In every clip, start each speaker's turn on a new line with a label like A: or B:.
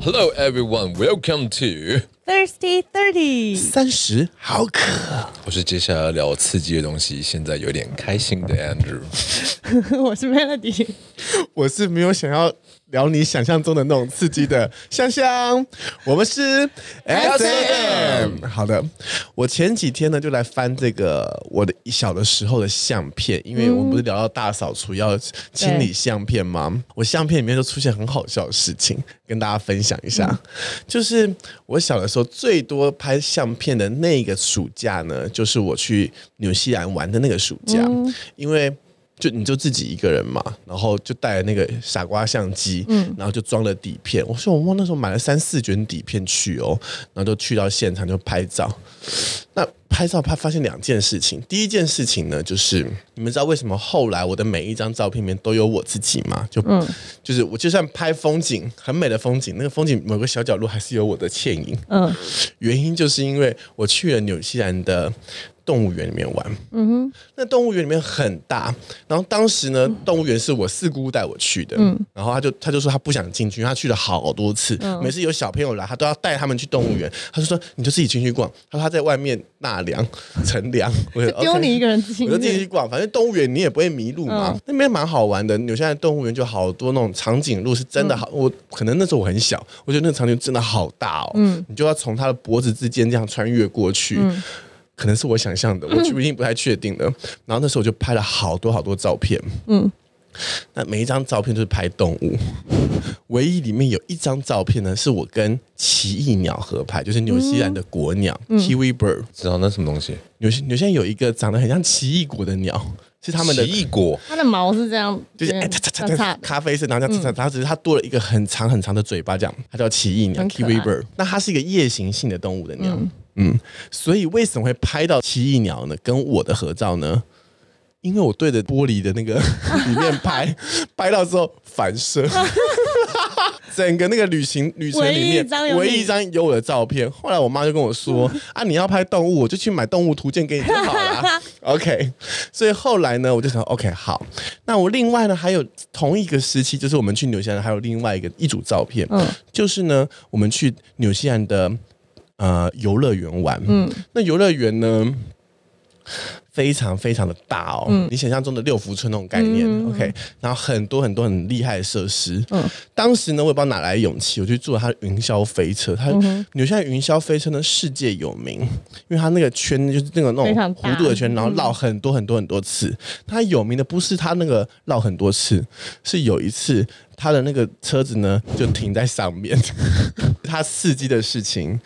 A: Hello everyone, welcome to。
B: Thirsty Thirty，
C: 三十好渴，
A: 我是接下来要聊刺激的东西，现在有点开心的 Andrew。
B: 我是 Melody。
C: 我是没有想要聊你想象中的那种刺激的。香香，我们是 S M。好的，我前几天呢就来翻这个我的小的时候的相片，因为我们不是聊到大扫除要清理相片吗？我相片里面就出现很好笑的事情，跟大家分享一下。就是我小的时候最多拍相片的那个暑假呢，就是我去纽西兰玩的那个暑假，因为。就你就自己一个人嘛，然后就带了那个傻瓜相机，然后就装了底片。我说我忘那时候买了三四卷底片去哦，然后就去到现场就拍照。那拍照怕发现两件事情，第一件事情呢，就是你们知道为什么后来我的每一张照片里面都有我自己吗？就、就是我就算拍风景很美的风景，那个风景某个小角落还是有我的倩影。
B: 嗯，
C: 原因就是因为我去了纽西兰的动物园里面玩，嗯哼，那动物园里面很大，然后当时
B: 嗯
C: 呢，动物园是我四姑带我去的，嗯，然后他就他就说他不想进去，因为他去了好多次，
B: 嗯
C: 每次有小朋友来，他都要带他们去动物园，他就说你就自己进去逛，他说他在外面纳凉乘凉，我就
B: 丢你一个人自己
C: 我就自己去逛，反正动物园你也不会迷路嘛。那边蛮好玩的，纽西兰动物园就好多那种长颈鹿，是真的好。我可能那时候我很小，我觉得那个长颈鹿真的好大哦，你就要从它的脖子之间这样穿越过去。可能是我想象的，我去已经不太确定了。然后那时候我就拍了好多好多照片，那每一张照片都是拍动物，唯一里面有一张照片呢，是我跟奇异鸟合拍，就是纽西兰的国鸟、kiwi bird。
A: 知道那什么东西？
C: 纽西纽西兰有一个长得很像奇异果的鸟，是他们的
A: 奇异果。
B: 它的毛是这样，
C: 就是
B: 这
C: 哎，
B: 样
C: 嚓嚓
B: 叉
C: 嚓
B: 叉
C: 嚓，咖啡色，然后这样嚓嚓，它只是它多了一个很长很长的嘴巴，这样，它叫奇异鸟
B: 很可爱
C: （kiwi bird）。那它是一个夜行性的动物的鸟，嗯，所以为什么会拍到奇异鸟呢？跟我的合照呢？因为我对着玻璃的那个里面拍，拍到之后反射。整个那个旅行旅程里
B: 唯一一
C: 面
B: 张有，你
C: 唯一一张有我的照片。后来我妈就跟我说：“啊，你要拍动物，我就去买动物图鉴给你就好了。” OK，所以后来呢，我就想，OK，好。那我另外呢，还有同一个时期，就是我们去纽西兰还有另外一个一组照片，
B: 嗯
C: 就是呢，我们去纽西兰的呃游乐园玩。嗯，那游乐园呢？非常非常的大哦，
B: 嗯
C: 你想象中的六福村那种概念、o k 然后很多很多很厉害的设施，
B: 嗯
C: 当时呢我也不知道哪来的勇气，我去坐它的云霄飞车，
B: 嗯
C: 它纽西兰云霄飞车呢世界有名，因为它那个圈就是那个那
B: 非常
C: 种
B: 大
C: 弧度的圈，然后绕很多很多很多次，它有名的不是它那个绕很多次，是有一次它的那个车子呢就停在上面， 它刺激的事情。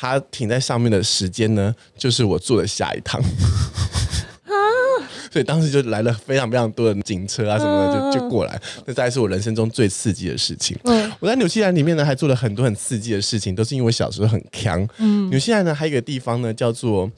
C: 它停在上面的时间呢，就是我坐的下一趟。所以当时就来了非常非常多的警车啊什么的，就就过来。那大概是我人生中最刺激的事情。我在纽西兰里面呢，还做了很多很刺激的事情，都是因为我小时候很强。纽西兰呢，还有一个地方呢，叫做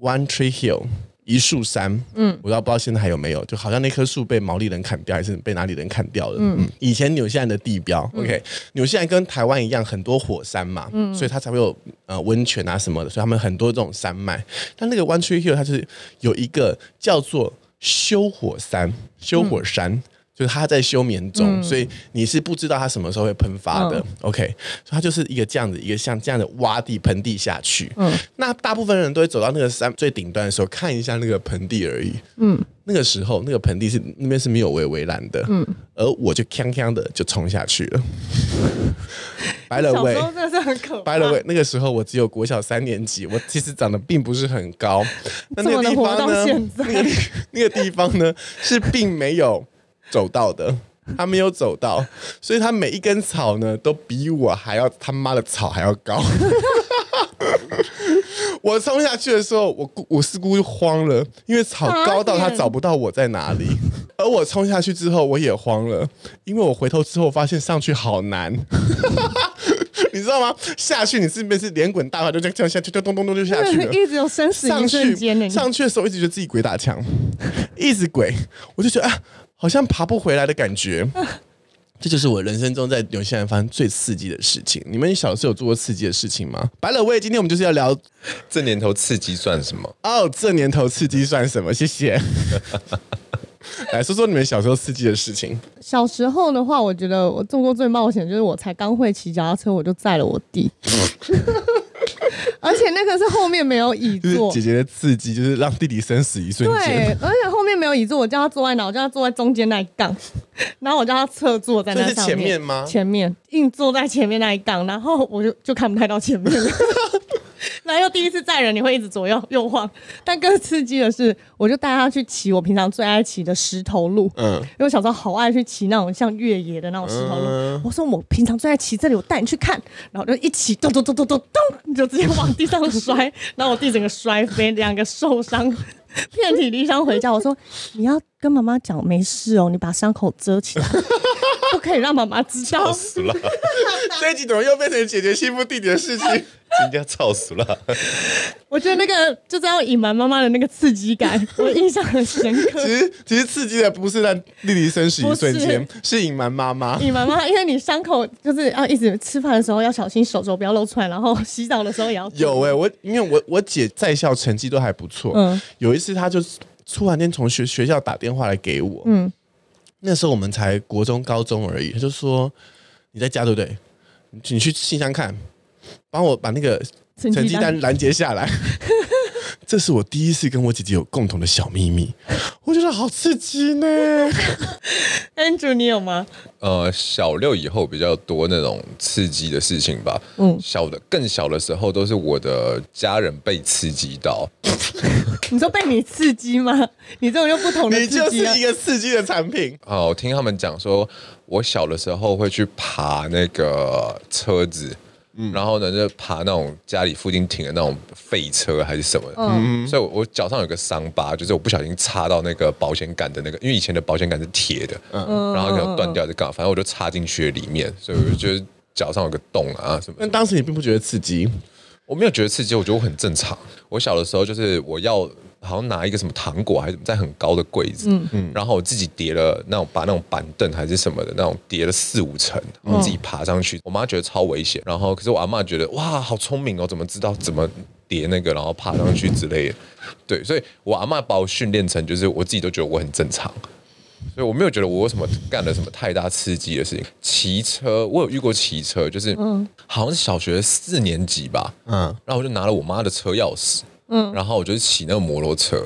C: One Tree Hill。一树山，嗯，我倒不知道现在还有没有，就好像那棵树被毛利人砍掉，还是被哪里人砍掉了。嗯，以前纽西兰的地标、o k 纽西兰跟台湾一样，很多火山嘛，所以它才会有呃温泉啊什么的，所以他们很多这种山脉。但那个 One Tree Hill 它就是有一个叫做修火山，修火山。就是它在休眠中，所以你是不知道它什么时候会喷发的。OK，所以它就是一个这样子，一个像这样的洼地盆地下去。那大部分人都会走到那个山最顶端的时候，看一下那个盆地而已。那个时候那个盆地是那边是没有围围栏的，
B: 嗯
C: 而我就锵锵的就冲下去 了。白了
B: 小
C: 喂
B: 时，候真的是很可怕。
C: By the way，那个时候我只有国小三年级，我其实长得并不是很 高。那那个
B: 怎么
C: 地方
B: 能活到
C: 呢
B: 现？在。
C: 那个地 那个地方呢是并没有走到的，他没有走到，所以他每一根草呢都比我还要他妈的草还要高。 我冲下去的时候，我姑我四姑就慌了，因为草高到她找不到我在哪里。 而我冲下去之后，我也慌了，因为我回头之后发现上去好难，你知道吗？下去你是不是连滚带爬就这样下去，就咚咚咚就下去了
B: 一直有生死
C: 上
B: 一瞬
C: 去
B: 间呢，
C: 上去的时候，一直觉得自己鬼打墙，一直鬼，我就觉得啊，好像爬不回来的 感觉。这就是我人生中在纽西兰发生最刺激的事情。你们小时候有做过刺激的事情吗？白了喂，今天我们就是要聊
A: 这年头刺激算什么？
C: 哦，这年头刺激算什么？谢谢。 来说说你们小时候刺激的事情。
B: 小时候的话，我觉得我做过最冒险，就是我才刚会骑脚踏车，我就载了我 弟，而且那个是后面没有椅
C: 就是
B: 座
C: 姐，姐的刺激，就是让弟弟生死一瞬
B: 对
C: 间。，
B: 而且后面没有椅座，我叫他坐在哪，我叫他坐在中间那一杠，然后我叫他侧坐在那
C: 所以是
B: 上
C: 前面吗
B: 前面硬坐在前面那一杠，然后我就就看不太到前面 了。然后又第一次载人，你会一直左右右晃。但更刺激的是，我就带他去骑我平常最爱骑的石头路，
C: 嗯，
B: 因为我小时候好爱去骑那种像越野的那种石头路。
C: 嗯
B: 我说我平常最爱骑这里，我带你去看。然后就一起咚咚咚咚咚咚，你就直接往地上摔， 然后我弟整个摔飞，两个受伤， 遍体鳞伤回家。我说你要跟妈妈讲没事哦，你把伤口遮起来，不可以让妈妈知道
A: 吵。死了，
C: 这一集怎么又变成姐姐欺负弟弟 的事情？
A: 人家吵死了。
B: 我觉得那个就是要隐瞒妈妈的那个刺激 感，我印象很深刻
C: 其。实其实刺激的不是让弟弟生死一瞬间
B: 不，
C: 是隐瞒妈妈。
B: 你妈妈，因为你伤口就是要一直吃饭的时候要小心手肘不要露出来，然后洗澡的时候也要注意
C: 有哎、我因为我我姐在校成绩都还不错，
B: 嗯
C: 有一次她就突然间从学学校打电话来给我，嗯，那时候我们才国中高中而已，她就说你在家对不对？你去你去信箱看，帮我把那个
B: 成
C: 成
B: 绩
C: 绩单拦截下来。这是我第一次跟我姐姐有共同的小秘密，我觉得好刺激呢。
B: Andrew，你有吗？
A: 呃，小六以后比较多那种刺激的事情吧。
B: 嗯
A: 小的更小的时候都是我的家人被刺激到，
B: 你说被你刺激吗？你这种又不同的
C: 你
B: 刺
C: 就
B: 激、啊
C: 是一，个刺激的产品，
A: 哦，我听他们讲说，我小的时候会去爬那个车子，然后呢就爬那种家里附近停的那种废车还是什么的，所以我我脚上有个伤疤，就是我不小心插到那个保险杆的那个，因为以前的保险杆是铁的，然后可能断掉还是干嘛，反正我就插进去里面，所以我就觉得脚上有个洞啊什么
C: 但
A: 的。
C: 当时你并不觉得刺激，
A: 我没有觉得刺激，我觉得我很正常。我小的时候就是我要好像拿一个什么糖果还是什么，在很高的柜子，然后我自己叠了那种把那种板凳还是什么的那种叠了四五层，然后自己爬上去。我妈觉得超危险，然后可是我阿嬷觉得哇好聪明哦，怎么知道怎么叠那个，然后爬上去之类的。对，所以我阿嬷把我训练成就是我自己都觉得我很正常。所以我没有觉得我有什么干了什么太大刺激的事情。骑车，我有遇过骑车，就是、好像是小学四年级吧，
C: 嗯，
A: 然后我就拿了我妈的车钥匙，然后我就骑那个摩托车，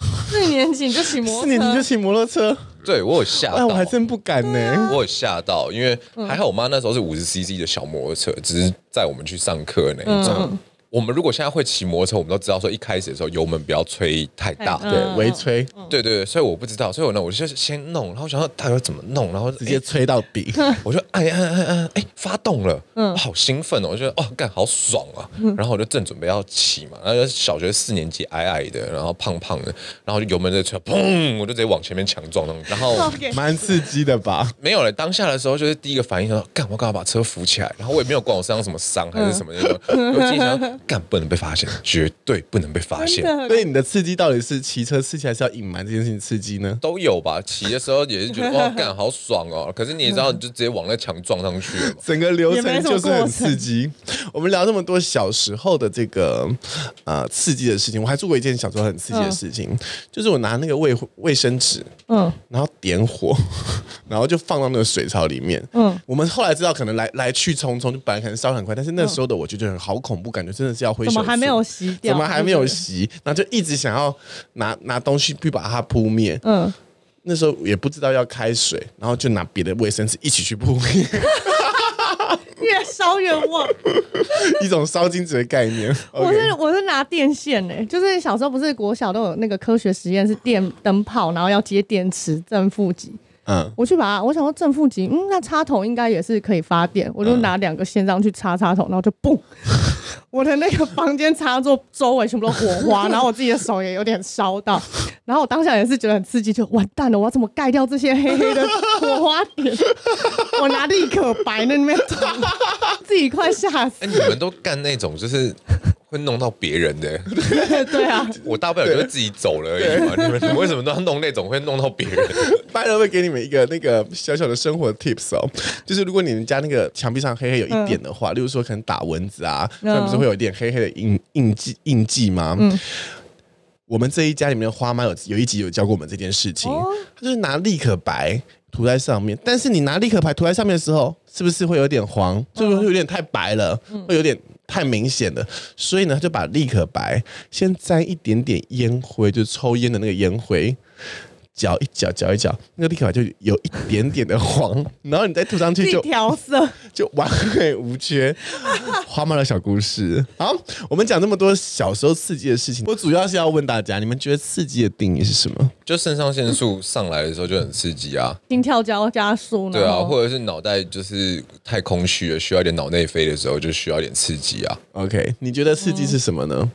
B: 四年级你就骑摩托车，
C: 四年级就骑摩托车，
A: 对我有吓到，
C: 哎，我还真嗯不敢呢。
A: 我有吓到，因为还好我妈那时候是五十 CC 的小摩托车，只是载我们去上课那一种。
C: 嗯
A: 我们如果现在会骑摩托车，我们都知道说一开始的时候油门不要吹太大，
B: 太大
C: 对，微吹，
A: 对对对，所以我不知道，所以我呢我就先弄，然后我想要到底要怎么弄，然后哎
C: 直
A: 直
C: 接吹到底。
A: 我就按按按按，哎、发动了，嗯，好兴奋哦，我觉得哦，干好爽啊，
B: 嗯
A: 然后我就正准备要骑嘛，然后小学四年级矮矮的，然后胖胖的，然后就油门在吹，砰，我就直接往前面强撞那种，然后
B: OK
C: 蛮刺激的吧？
A: 没有了，当下的时候就是第一个反应想说，干我干嘛把车扶起来，然后我也没有管我身上什么伤还是什么那种，我自己想说干不能被发现，绝对不能被发现，
B: 嗯真的
C: 所以你的刺激到底是骑车刺激，还是要隐瞒这件事情刺激呢？
A: 都有吧，骑的时候也是觉得哦干好爽哦，可是你也知道，你就直接往那墙撞上去了嘛。
C: 整个流
B: 也没
C: 程
B: 什么
C: 就是很
B: 过程
C: 刺激。我们聊那么多小时候的这个呃刺激的事情，我还做过一件小时候很刺激的事情，就是我拿那个卫卫生纸，
B: 嗯，
C: 然后点火， 然后就放到那个水槽里面。嗯
B: 嗯，
C: 我们后来知道可能来来去匆匆，就本来可能烧得很快，但是那时候的我就觉得好恐怖，感觉真的是要挥
B: 嗯
C: 手。
B: 怎么还没有？洗掉？
C: 怎么还没有洗？然后就一直想要拿拿东西去把它扑灭。
B: 嗯，
C: 那时候也不知道要开水，然后就拿别的卫生纸一起去扑灭，
B: 越烧越旺。
C: 一种烧金纸的概念。
B: 我
C: OK
B: 是我是拿电线诶、就是小时候不是国小都有那个科学实验是电灯泡，然后要接电池正负极。
C: 嗯，
B: 我去把它，我想说正负极，嗯，那插头应该也是可以发电，我
C: 嗯
B: 就拿两个线上去插插头，然后就嘣， 我的那个房间插座周围全部都火花，然后我自己的手也有点烧到，然后我当下也是觉得很刺激，就完蛋了，我要怎么盖掉这些黑黑的火花点？我拿立可白那里面涂， 自己快吓死
A: 哎、你们都干那种就是会弄到别人的、
B: 了，对啊，
A: 我大不了就是自己走了而已嘛。你们你们为什么都要弄那种会弄到别人的？
C: 拜了会给你们一个那个小小的生活 tips 哦， 就是如果你们家那个墙壁上黑黑有一点的话，例如说可能打蚊子啊，
B: 嗯
C: 那不是会有一点黑黑的印印记印记吗？我们这一家里面的花妈有有一集有教过我们这件事情，
B: 哦
C: 她就是拿立可白涂在上面，但是你拿立可白涂在上面的时候，是不是会有点黄？就是会有点太白了，
B: 嗯
C: 会有点太明显了。所以呢，她就把立可白先沾一点点烟灰，就是抽烟的那个烟灰。搅一搅，搅一搅，那个立可白就有一点点的黄，然后你再涂上去
B: 自己
C: 就
B: 调色，
C: 就完美无缺，花妈的小故事。好，我们讲这么多小时候刺激的事情，我主要是要问大家，你们觉得刺激的定义是什么？
A: 就肾上腺素上来的时候就很刺激啊，
B: 心跳加加速，
A: 对
B: 然
A: 啊，
B: 后
A: 或者是脑袋就是太空虚了，需要一点脑内啡的时候就需要一点刺激啊。
C: OK，你觉得刺激是什么呢？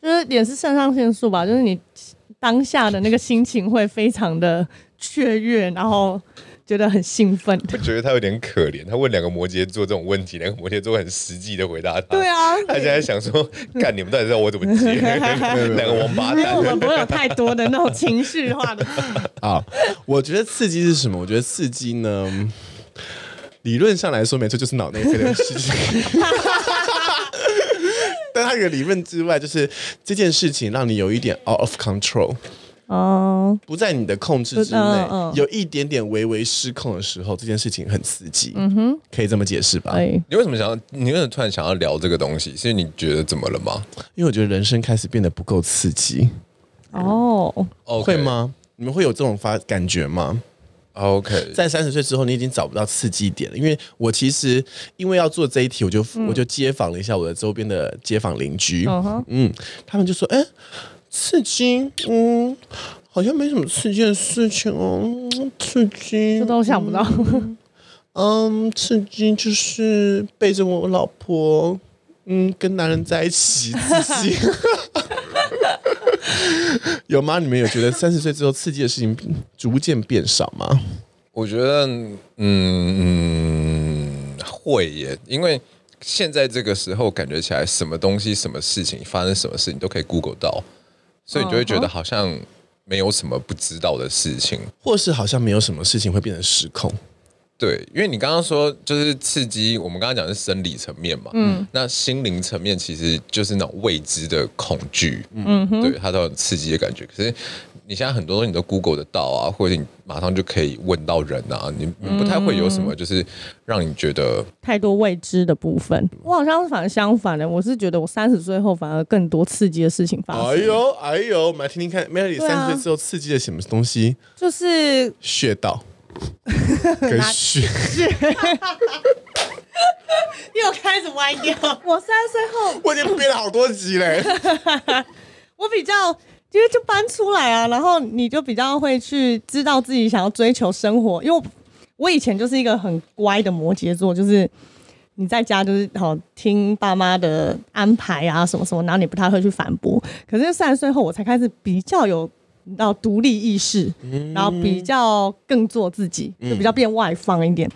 B: 就是也是肾上腺素吧，就是你当下的那个心情会非常的雀跃，然后觉得很兴奋。
A: 我觉得他有点可怜，他问两个摩羯座这种问题，两个摩羯座很实际的回答他。
B: 对啊，
A: 他现在想说，干你们到底知道我怎么 接？两个王八
B: 因为我
A: 蛋。
B: 们不会有太多的那种情绪化的，
C: 啊， 我觉得刺激是什么？我觉得刺激呢，理论上来说没错，就是脑内啡的事情。但它有个理论之外，就是这件事情让你有一点 out of control，
B: 哦，
C: 不在你的控制之内，
B: 嗯嗯
C: 有一点点微微失控的时候，这件事情很刺激。嗯哼，可以这么解释 吧？
B: 对，
A: 你为什么想要？你为什么突然想要聊这个东西？是你觉得怎么了吗？
C: 因为我觉得人生开始变得不够刺激
B: 哦，
A: o
C: 会？吗？你们会有这种发感觉吗？
A: OK，
C: 在三十岁之后，你已经找不到刺激点了。因为我其实因为要做这一题，我就、我就街访了一下我的周边的街访邻居，
B: 嗯哼，
C: 嗯，他们就说：“哎、刺激，嗯，好像没什么刺激的事情哦，嗯刺激，
B: 这都想不到，
C: 嗯，刺激就是背着我老婆，嗯，跟男人在一起，刺激。 有吗？你们有觉得三十岁之后刺激的事情逐渐变少吗？
A: 我觉得，嗯嗯，会耶，因为现在这个时候感觉起来，什么东西、什么事情发生什么事，你都可以 Google 到，所以你就会觉得好像没有什么不知道的事情。
C: 或是好像没有什么事情会变成失控？
A: 对，因为你刚刚说就是刺激，我们刚刚讲的是生理层面嘛，嗯，那心灵层面其实就是那种未知的恐惧，嗯，对，它都很刺激的感觉。可是你现在很多东西你都 Google 得到啊，或者你马上就可以问到人啊，
B: 嗯
A: 你你不太会有什么就是让你觉得
B: 太多未知的部分。我好像反而相反的，我是觉得我三十岁后反而更多刺激的事情发生，
C: 哎呦哎呦，我们来听听看，Melody
B: 对啊
C: 三十岁之后刺激了什么东西？
B: 就是
C: 穴道 跟血，
B: 又开始歪掉。 我三十岁后
C: 我已经憋了好多集嘞。
B: 我比较，因为就搬出来啊，然后你就比较会去知道自己想要追求生活，因为我我以前就是一个很乖的摩羯座，就是你在家就是好听爸妈的安排啊什么什么，然后你不太会去反驳。可是三十岁后，我才开始比较有。你知道独立意识，然后比较更做自己，就比较变外放一点，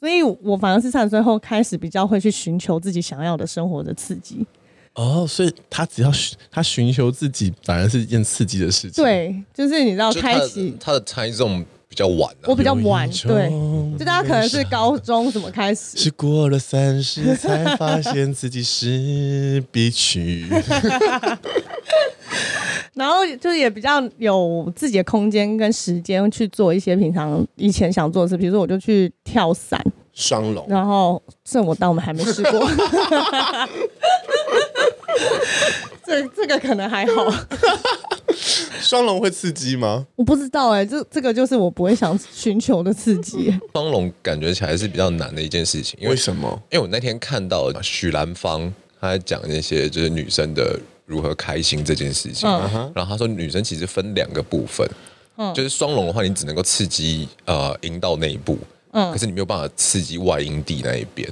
B: 所以我反而是三十岁后开始比较会去寻求自己想要的生活的刺激。
C: 哦，所以他只要寻他寻求自己，反而是一件刺激的事情。，
B: 对，就是你知道
A: 就它
B: 哦开
A: 的
B: 启
A: 它的 time zone 比较晚啊
B: 我。比较晚，
C: 有一种
B: 对，就大家可能是高中怎么开始，
C: 是过了三十才发现自己是必去。
B: 然后就是也比较有自己的空间跟时间去做一些平常以前想做的事，比如说我就去跳伞，
C: 双龙，
B: 然后这我当我们还没试过， 这这个可能还好，
C: 双龙会刺激吗？
B: 我不知道哎、这这个就是我不会想寻求的刺激，
A: 双龙感觉起来是比较难的一件事情，因为
C: 为什么？
A: 因为我那天看到许兰芳，她在讲那些就是女生的如何开心这件事情，
B: 嗯
A: 然后她说女生其实分两个部分，
B: 嗯
A: 就是双龙的话，你只能够刺激呃阴道那一部，
B: 嗯
A: 可是你没有办法刺激外阴蒂那一边。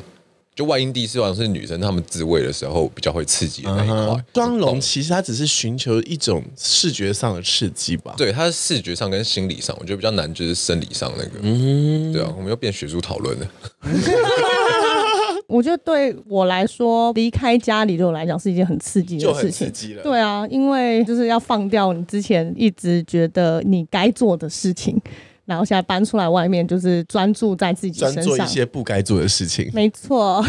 A: 就外阴蒂实际上是女生她们自慰的时候比较会刺激的那一块，
C: 呃双龙
A: 龙
C: 其实它只是寻求一种视觉上的刺激吧。，
A: 对，它是视觉上跟心理上，我觉得比较难，就是生理上那个，
B: 嗯
C: 嗯
A: 对啊，我们又变学术讨论了。
B: 我觉得对我来说，离开家里对我来讲是一件很刺激的
C: 就
B: 事
C: 很
B: 情
C: 刺。激了。，
B: 对啊，因为就是要放掉你之前一直觉得你该做的事情，然后现在搬出来外面，就是专注在自己
C: 专
B: 身
C: 做一
B: 上。
C: 些不该做的事情。
B: 没错，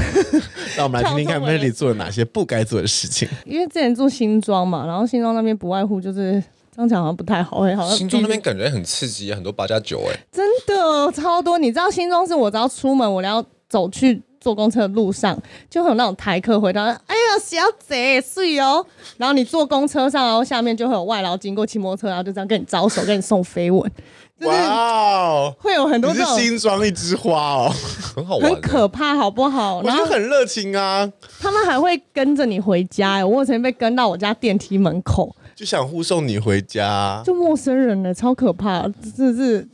C: 让我们来听听看
B: 跳动了
C: Melody 做了哪些不该做的事情。
B: 因为之前住新庄嘛，然后新庄那边不外乎就是这样讲好像不太好哎、好像
A: 新
B: 必须
A: 庄那边感觉很刺激，很多八加九哎，
B: 真的超多。你知道新庄是我只要出门，我要走去坐公车的路上，就会有那种台客回答：“哎呀，小姐，睡哦。”然后你坐公车上，然后下面就会有外劳经过骑摩托车，然后就这样跟你招手，跟你送飞吻，就是
C: 哇哦，
B: 会有很多
C: 你
B: 这
C: 是
B: 种
C: 新装一枝花哦，
A: 很好玩
B: 很
A: 欸。
B: 可怕，好不好？
C: 我
B: 然
C: 觉
B: 后
C: 得很热情啊，
B: 他们还会跟着你回家、哎，我有曾经被跟到我家电梯门口，
C: 就想护送你回家。
B: 就陌生人呢、超可怕，真的是。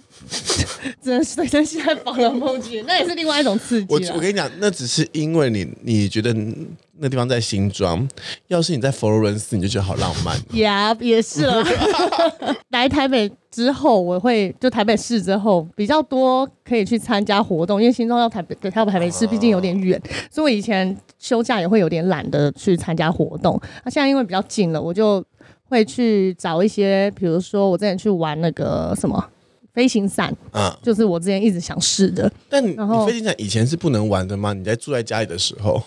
B: 只能随身携带防狼工具，那也是另外一种刺激
C: 我
B: 啦
C: 我跟你讲，那只是因为你你觉得那地方在新庄，要是你在佛罗伦斯，你就觉得好浪 漫。
B: 也也是了。来台北之后，我会就台北市之后比较多可以去参加活动，因为新庄到台北，对，到台北市毕竟有点远，所以我以前休假也会有点懒得去参加活动。那、现在因为比较近了，我就会去找一些，比如说我之前去玩那个什么飞行伞，
C: 嗯，
B: 就是我之前一直想试的。
C: 但你
B: 然后
C: 你飞行伞以前是不能玩的吗？你在住在家里的时候，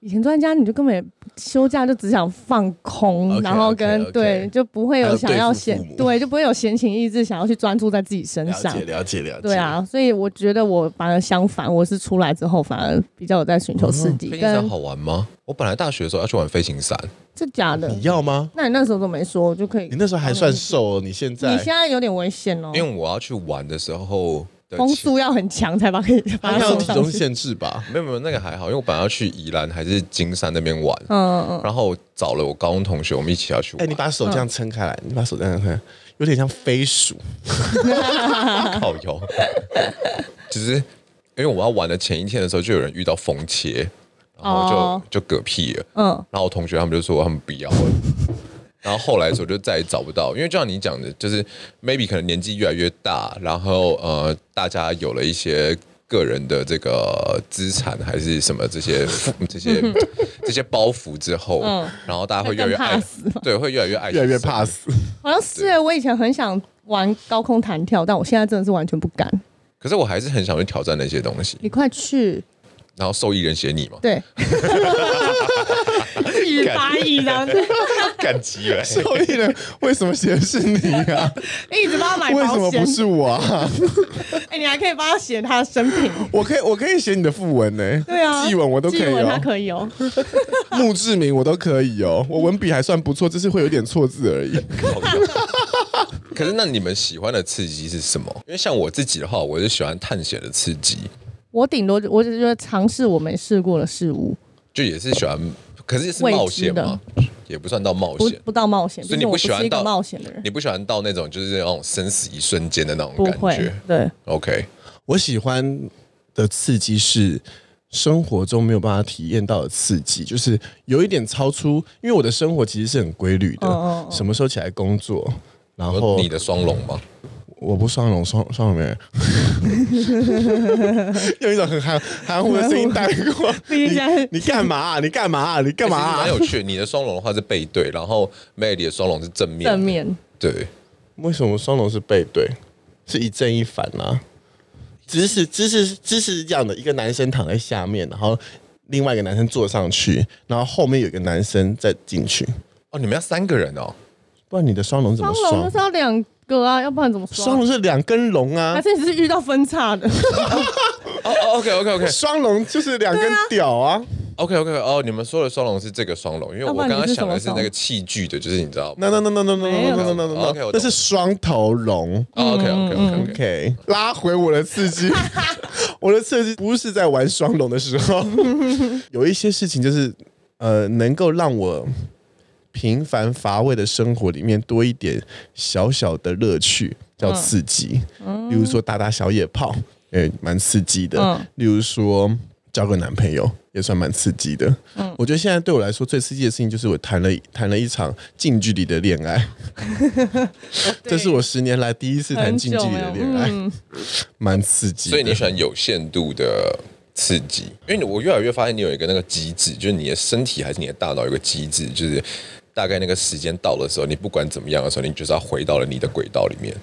B: 以前专家你就根本也休假就只想放空
C: OK，
B: 然后跟
C: OK，OK
B: 对就不会
C: 还
B: 有
C: 有
B: 想
C: 对
B: 要
C: 付父
B: 闲
C: 母
B: 对就不会有闲情逸致想要去专注在自己身
C: 了
B: 上
C: 解。了解了解。
B: 对，啊，所以我觉得我反而相反，我是出来之后反而比较有在寻求
C: 嗯
B: 刺激。
A: 飞行伞
B: 跟
A: 好玩吗？我本来大学的时候要去玩飞行伞，
B: 这假的
C: 你，要吗？
B: 那你那时候都没说，我就可以
C: 你。那时候还算瘦哦，你现在
B: 嗯你现在有点危险哦，
A: 因为我要去玩的时候的
B: 风
A: 前
B: 速要很强才把可以把
C: 还
B: 它
C: 有
B: 送
C: 体
B: 上
C: 重
B: 去。
C: 限制吧？
A: 没有没有那个还好，因为我本来要去宜兰还是金山那边玩，
B: 嗯嗯，
A: 然后我找了我高中同学，我们一起要去
C: 哎，
A: 玩。
C: 你把手这样撑开来，你把手这样撑开来，有点像飞鼠。
A: 靠腰， 就是因为我们要玩的前一天的时候，就有人遇到风切，然后就、
B: 哦
A: 就嗝屁了。
B: 嗯
A: 然后我同学他们就说他们不要 了。然后后来的时候就再也找不到，因为就像你讲的，就是 maybe 可能年纪越来越大，然后呃，大家有了一些个人的这个资产还是什么这些 这些这些包袱之后，
B: 嗯
A: 然后大家会越来越
B: 那更怕
A: 爱
B: 死吧，
A: 对，会越来越爱，
C: 越来越怕。 死。
B: 好像是耶。我以前很想玩高空弹跳，但我现在真的是完全不敢。
A: 可是我还是很想去挑战那些东西。
B: 你快去，
A: 然后受益人写你嘛，
B: 对，自己发一张，
A: 干急了、
C: 受益人为什么写的是你 啊？
B: 一直帮他买
C: 为什
B: 保
C: 么
B: 险
C: 不。是 我啊？
B: 哎、你还可以帮他写他的生平。
C: 我可以，我可以写你的副文呢、
B: 对啊，
C: 祭文我都可以
B: 祭文他
C: 哦，
B: 可以哦，
C: 墓志铭我都可以哦。我文笔还算不错，只是会有点错字而已。
A: 可是那你们喜欢的刺激是什么？因为像我自己的话，我是喜欢探险的刺激，
B: 我顶多我只觉得尝试我没试过的事物，
A: 就也是喜欢，可是是冒险嘛，也不算到冒
B: 不
A: 险。
B: 不到冒险，
A: 所以
B: 毕
A: 你
B: 竟
A: 不
B: 我
A: 喜
B: 是
A: 欢
B: 一个
A: 到
B: 冒险的人，
A: 你不喜欢到那种就是那种生死一瞬间的那种
B: 不
A: 感
B: 会
A: 觉。
B: 对。
A: OK，
C: 我喜欢的刺激是生活中没有办法体验到的刺激，就是有一点超出，因为我的生活其实是很规律的，
B: 嗯嗯嗯
C: 什么时候起来工作，然后
A: 你的双龙吗？
C: 我不双龙双双龙没人，用一种很含含糊的声音带过。
B: 毕竟现在
C: 你你干嘛啊、你干嘛啊、你干嘛、
A: 哎其实
C: 啊
A: 蛮？有趣的。你的双龙的话是背对，然后 Melody 的双龙是正面。
B: 正面
A: 对，
C: 为什么双龙是背对？是一正一反啊？姿势姿势姿势是这样的，一个男生躺在下面，然后另外一个男生坐上去，然后后面有一个男生再进去。
A: 哦，你们要三个人哦。
C: 不然你的双龙怎
B: 双
C: 么
B: 龙就
C: 双
B: 是？要两个啊，要不然怎么双？
C: 双龙是两根龙啊
B: 还，是你是遇到分叉的？
A: 哦哦，OK OK OK
C: 双龙就是两根屌啊。
A: OK OK 哦，你们说的双龙是这个双龙，因为
B: 要
A: 我
B: 不然
A: 刚
B: 你
A: 刚
B: 是
A: 想的
B: 什
A: 是
B: 么
A: 那个器具的，就是你知道吗
C: 那那那那那那那那那那那
A: OK，我懂
C: 那是双头龙。
A: ？OK OK OK OK。
C: OK，拉回我的刺激，我的刺激不是在玩双龙的时候，有一些事情就是呃，能够让我平凡乏味的生活里面多一点小小的乐
B: 嗯
C: 趣，叫刺激。例如说打打小野炮，也蛮刺激的。
B: 嗯
C: 例如说交个男朋友，也算蛮刺激的。
B: 嗯
C: 我觉得现在对我来说最刺激的事情就是我谈了谈了一场近距离的恋 爱，这是我十年来第一次谈近距离的恋爱。
B: 嗯，
C: 蛮刺激的。
A: 所以你喜欢有限度的刺激，因为你我越来越发现你有一个那个机制，就是你的身体还是你的大脑有一个机制，就是大概那个时间到的时候，你不管怎么样的时候，你就是要回到了你的轨道里面。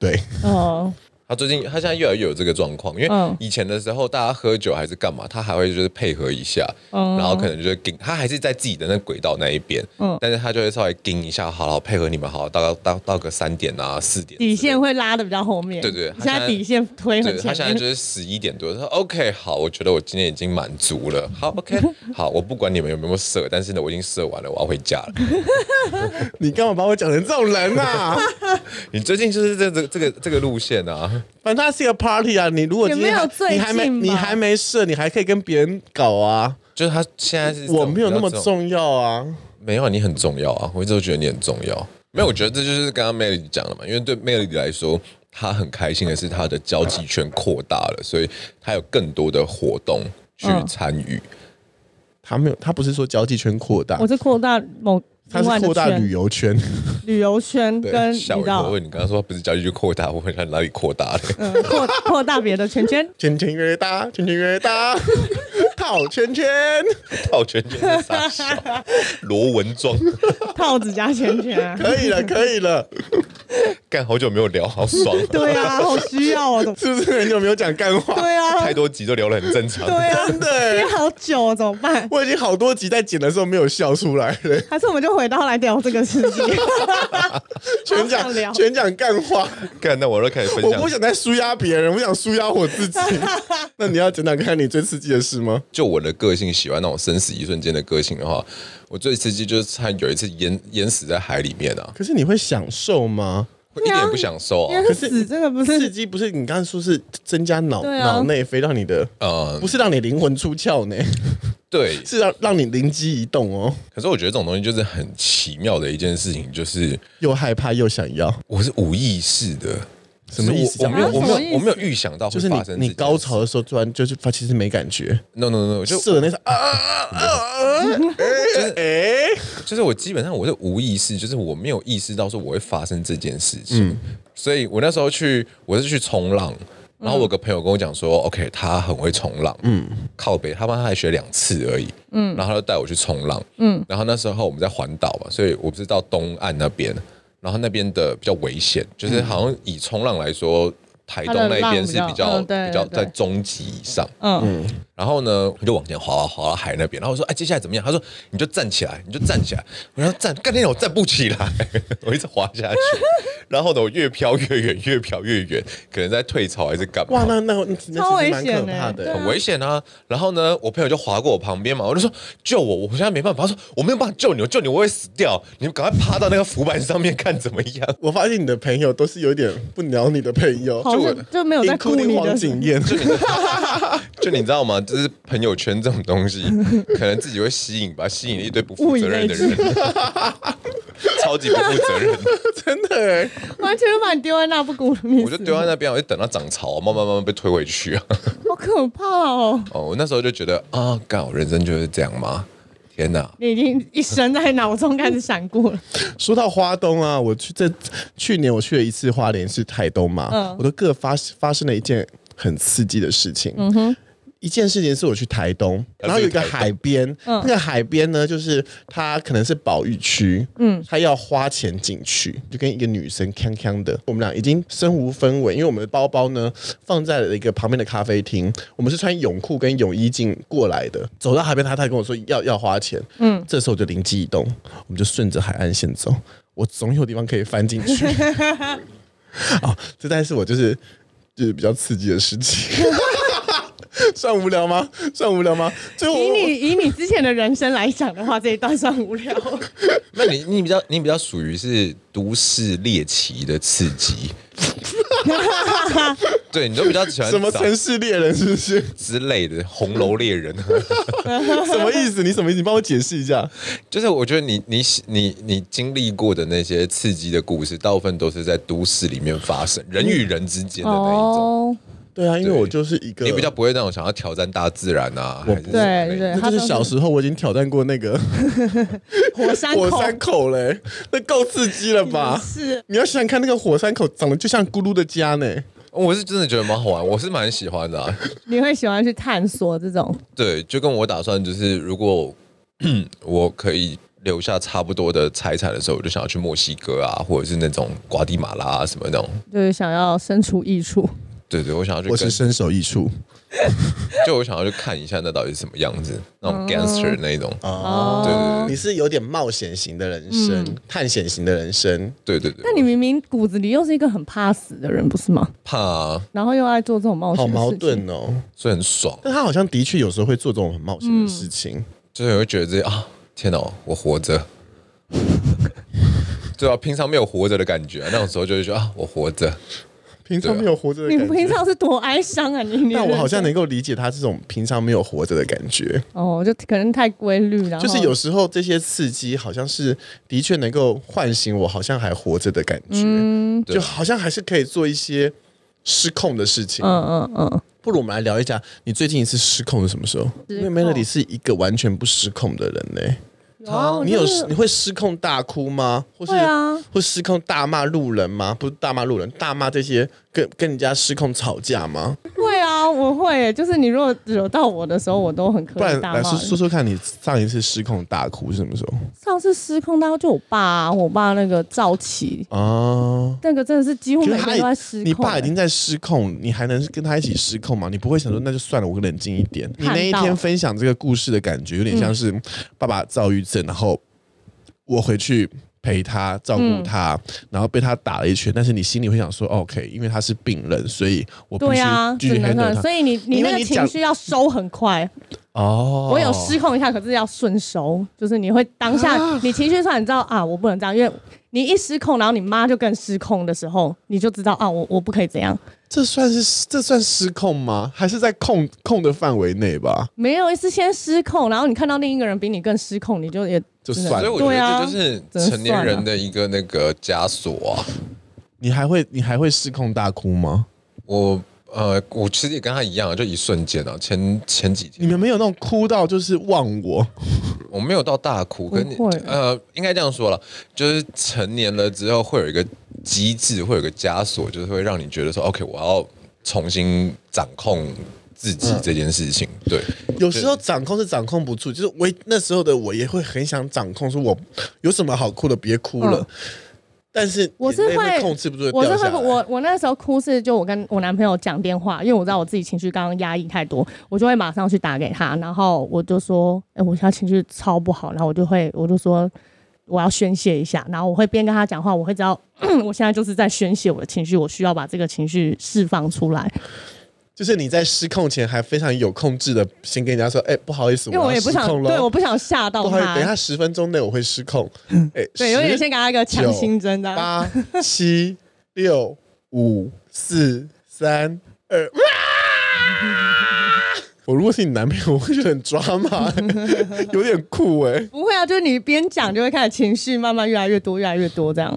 C: 对，
B: 哦，
A: 他最近他现在越来越有这个状况，因为
B: 嗯
A: 以前的时候大家喝酒还是干嘛，他还会就是配合一下，
B: 嗯
A: 然后可能就是盯，他还是在自己的那轨道那一边，
B: 嗯
A: 但是他就会稍微盯一下，好了，配合你们好，到到到个三点啊四点之类的
B: 底线会拉的比较后面。
A: 对对他
B: 现在
A: 现在
B: 底线推很
A: 对他
B: 前
A: 现在
B: 面
A: 就。是十一点多，他说 OK 好，我觉得我今天已经满足了，好 OK 好，我不管你们有没有射，但是呢，我已经射完了，我要回家了。
C: 你干嘛把我讲成这种人啊？
A: 你最近就是这这这个这个路线啊，
C: 反正它是一个 party 啊，你如果今天
B: 也没有
C: 还
B: 最近
C: 你还没
B: 吧
C: 你还没射，你还可以跟别人搞啊。
A: 就是他现在是这种
C: 我没有那么
A: 比较这种，
C: 重要啊。
A: 没有你很重要啊，我一直都觉得你很重要。没有，我觉得这就是刚刚 Melody 讲的嘛，因为对 Melody 来说，她很开心的是她的交际圈扩大了，所以她有更多的活动去
B: 嗯
A: 参与。
C: 他没有，他不是说交际圈扩大
B: 我，是扩大某
C: 他
B: 另外
C: 是
B: 的
C: 扩大
B: 圈
C: 旅游圈。
B: 旅游圈跟你知
A: 吓我一跳！
B: 道
A: 我问你刚刚说不是交际圈扩大，我问他哪里扩大了？
B: 嗯扩扩大别的圈圈。
C: 圈圈越大，圈圈 越大，套圈圈。
A: 套圈圈是傻笑，罗文庄，
B: 套子加圈圈啊。
C: 可以了，可以了，
A: 干好久没有聊，好爽、啊，
B: 对啊，好需要哦，怎么？
C: 是不是很久没有讲干话？
B: 对 啊，
A: 太多集都聊得很正常。
B: 对啊，
C: 真的欸
B: 憋好久哦，怎么办？
C: 我已经好多集在剪的时候没有笑出来了，
B: 还是我们就回到来聊这个事情，
C: 全
B: 好想聊
C: 讲全讲干话，
A: 干，那我都开始分
C: 我
A: 享
C: 不，想再输压别人，我想输压我 自己。那你要讲讲看你最刺激的事吗？
A: 就我的个性喜欢那种生死一瞬间的个性的话，我最刺激就是他有一次淹淹死在海里面啊，
C: 可是你会享受吗？
A: 我一点也不享受
B: 因
A: 啊。
B: 为死这个不
C: 刺
B: 是
C: 激不是你刚刚说是增加脑
B: 对啊
C: 脑内啡，让你的
A: 嗯
C: 不，是让你灵魂出窍呢，
A: 对。
C: 是让让你灵机一动哦，
A: 可是我觉得这种东西就是很奇妙的一件事情，就是
C: 又害怕又想要，
A: 我是无意识的，
C: 什么意思
A: 就是我我没有，我
B: 啊什么
A: 没有，
B: 意思
A: 我没有预想到
C: 就
A: 会
C: 是你
A: 发生。
C: 你高潮的时候突然就是发，其实没感觉，
A: ？No No No，就嗯
C: 射的那场啊啊啊啊！ 哎哎，
A: 就是我基本上我是无意识，就是我没有意识到说我会发生这件事
B: 嗯
A: 情，所以我那时候去我是去冲浪，然后
B: 嗯
A: 我有个朋友跟我讲说、o k 他很会冲浪，嗯，靠北，他妈他还学两次而已，嗯，然后他就带我去冲浪，嗯，然后那时候我们在环岛嘛，所以我不是到东岸那边，然后那边的比较危险，就是好像以冲浪来说。台东那边是比
B: 嗯它的
A: 较
B: 浪比较嗯对
A: 比较
B: 对
A: 在中级以上，
B: 嗯，
A: 然后呢，我就往前滑滑滑到海那边，然后我说：“哎，接下来怎么样？”他说：“你就站起来，你就站起来。”我说：“站，干那天我站不起来， 我一直滑下去。然后呢，我越飘越远，越飘越远，可能在退潮还是干嘛？
C: 哇，那那那其实
B: 超危
C: 蛮可
B: 险
C: 怕
B: 欸对
C: 的。
B: 啊
A: 很危险啊！然后呢，我朋友就划过我旁边嘛，我就说救我，我现在没办法。他说我没有办法救你，我救你我会死掉，你们赶快趴到那个浮板上面看怎么样。
C: 我发现你的朋友都是有点不鸟你的朋友，
B: 好像就没有在顾你
C: 黄
B: 的，
C: 景燕，
A: 就你知道吗？就是朋友圈这种东西，可能自己会吸引吧，吸引一堆不负责任的人， 超级不负责任。
C: 真的哎，
B: 完全就把你丢在那不顾你，
A: 我就丢在那边，我就等它涨潮，慢慢慢慢被推回去啊。
B: 好可怕哦！
A: 哦，我那时候就觉得啊，干，我人生就是这样吗？天哪！
B: 你已经一生在脑中开始闪过了，
C: 说到花东啊，我去这去年我去了一次花莲是台东嘛，
B: 嗯
C: 我都各发发生了一件很刺激的事情。嗯哼。一件事情是我去台东，然后有一呃个海边，那个海边呢，就是它可能是保育区，嗯，它要花钱进去，就跟一个女生锵锵的，我们俩已经身无分文，因为我们的包包呢放在了一个旁边的咖啡厅，我们是穿泳裤跟泳衣进过来的，走到海边，他才跟我说要要花钱，嗯，这时候我就灵机一动，我们就顺着海岸线走，我总有地方可以翻进去，哦，这但是我就是就是比较刺激的事情， 算无聊吗？算无聊吗？最后
B: 以
C: 我
B: 你以你之前的人生来讲的话，这一段算无聊。
A: 那你你比较你比较属于是都市猎奇的刺激，对你都比较喜欢
C: 什么
A: 找
C: 城市猎人是不是？
A: 之类的红楼猎人，
C: 什么意思？你什么意思？你帮我解释一下。
A: 就是我觉得你你你你经历过的那些刺激的故事，大部分都是在都市里面发生，人与人之间的那一种。，
B: 哦
C: 对啊，因为
A: 对
C: 我就是一个
A: 你比较不会那种想要挑战大自然啊，
C: 我
A: 还是
C: 不
A: 什么
B: 对
A: 类的
B: 对
C: 那就是小时候我已经挑战过那个
B: 火山
C: 火
B: 口
C: 山口啊嘞、那够刺激了吧？
D: 嗯
B: 是
C: 你要想想看，那个火山口长得就像咕噜的家呢、
A: 我是真的觉得蛮好玩，我是蛮喜欢的、啊。
B: 你会喜欢去探索这种，
A: 对，就跟我打算就是，如果我可以留下差不多的财产的时候，我就想要去墨西哥啊，或者是那种瓜地马拉、啊、什么那种。
B: 就是想要身处异处。
A: 对对，我想要去
C: 我
A: 跟，
C: 是身首异处
A: 就我想要去看一下那到底是什么样子，那种 gangster 那一种。
C: 哦。
B: 哦，
D: 你是有点冒险型的人生，
C: 嗯
D: 探险型的人生，
A: 对对对，
B: 那你明明骨子里又是一个很怕死的人，不是吗？
A: 怕、啊，
B: 然后又爱做这种冒险，
D: 好矛。盾哦。
A: 所以很爽，
C: 但他好像的确有时候会做这种很冒险的
D: 嗯
C: 事情，
A: 就是会觉得自己啊，天哪，我活着。 对啊，平常没有活着的感觉、那种时候就会觉得啊，我活着。
C: 平常没有活着的
B: 啊你
C: 感
B: 平
C: 觉。
B: 常是多哀伤啊！你你
C: 但我好像能够理解他这种平常没有活着的感觉，
B: 哦，就可能太规律了，然后
C: 就是有时候这些刺激好像是的确能够唤醒我，好像还活着的感觉，
B: 嗯
A: 对
C: 就好像还是可以做一些失控的事情。
B: 嗯嗯嗯，
C: 不如我们来聊一下，你最近一次失控是什么时候？
B: 失
C: 因
B: 控
C: 为 Melody 是一个完全不失控的人嘞、
B: 有啊，我
C: 你有
B: 就是
C: 你会失控大哭吗？或是
B: 会啊
C: 会失控大骂路人吗？不是大骂路人，大骂这些跟跟人家失控吵架吗？
B: 会啊，我会，就是你如果惹到我的时候，我都很可
C: 不然
B: 以大
C: 来
B: 骂
C: 说
B: 人。
C: 说说看你上一次失控大哭是什么时候
B: 上次失控大概就我爸、啊，我爸那个躁起，
C: 啊？
B: 那个真的是几乎
C: 就
B: 每
C: 是他
B: 天都
C: 已
B: 在失控、
C: 你爸已经在失控，你还能跟他一起失控吗？你不会想说那就算了，我冷静一点。你
B: 看到
C: 那一天分享这个故事的感觉，有点像是爸爸躁郁症，然后我回去陪他照顾他，
B: 嗯
C: 然后被他打了一拳，但是你心里会想说，OK，因为哦他是病人，所以我必
B: 对
C: 须
B: 啊，
C: 继续
B: 只能这
C: handle
B: 样
C: 他。
B: 所以你你
C: 因
B: 那
C: 为
B: 个
C: 你
B: 情
C: 讲
B: 绪要收很快。
C: 哦
B: 我有失控一下，可是要顺收，就是你会当下、你情绪上，你知道啊，我不能这样，因为你一失控，然后你妈就更失控的时候，你就知道啊，我我不可以这样。
C: 这算是这算失控吗？还是在控控的范围内吧？
B: 没有是先失控，然后你看到另一个人比你更失控，你就也
C: 就
B: 真的
C: 算
A: 所以
C: 了
A: 我觉
B: 对啊
A: 得这就是成年人的一个那个枷锁啊。
C: 你还会你还会失控大哭吗？
A: 我呃，我其实也跟他一样，就一瞬间啊，前前几
C: 你
A: 天
C: 们没有那种哭到就是忘我，
A: 我没有到大哭，跟你
B: 不会
A: 呃，应该这样说了，就是成年了之后会有一个机制，会有一个枷锁，就是会让你觉得说，OK，我要重新掌控自己这件事情。对，
C: 有时候掌控是掌控不住，就是我那时候的我也会很想掌控，说我有什么好哭的，别哭了。
B: 嗯
C: 但是
B: 我是
C: 眼泪
B: 会
C: 控制不住地
B: 我是
C: 掉下
B: 会
C: 来，
B: 不，我我那时候哭是就我跟我男朋友讲电话，因为我知道我自己情绪刚刚压抑太多，我就会马上去打给他，然后我就说，哎、我现在情绪超不好，然后我就会我就说我要宣泄一下，然后我会边跟他讲话，我会知道 我现在就是在宣泄我的情绪，我需要把这个情绪释放出来，
C: 就是你在失控前还非常有控制的，先跟人家说，哎、不好意思，
B: 因为我
C: 要
B: 也不
C: 失
B: 想
C: 控了，
B: 对，我不想吓到
C: 不好意思，
B: 他
C: 等一，下十分钟内我会失 控，哎、
B: 对，有点
C: 十
B: 先给他一个强心针的、啊，
C: 八七六五四三二。哇 我如果是你男朋友，我会觉得很抓马， 有点酷哎、
B: 不会啊，就是你边讲就会开始情绪慢慢越来越多，越来越多这样，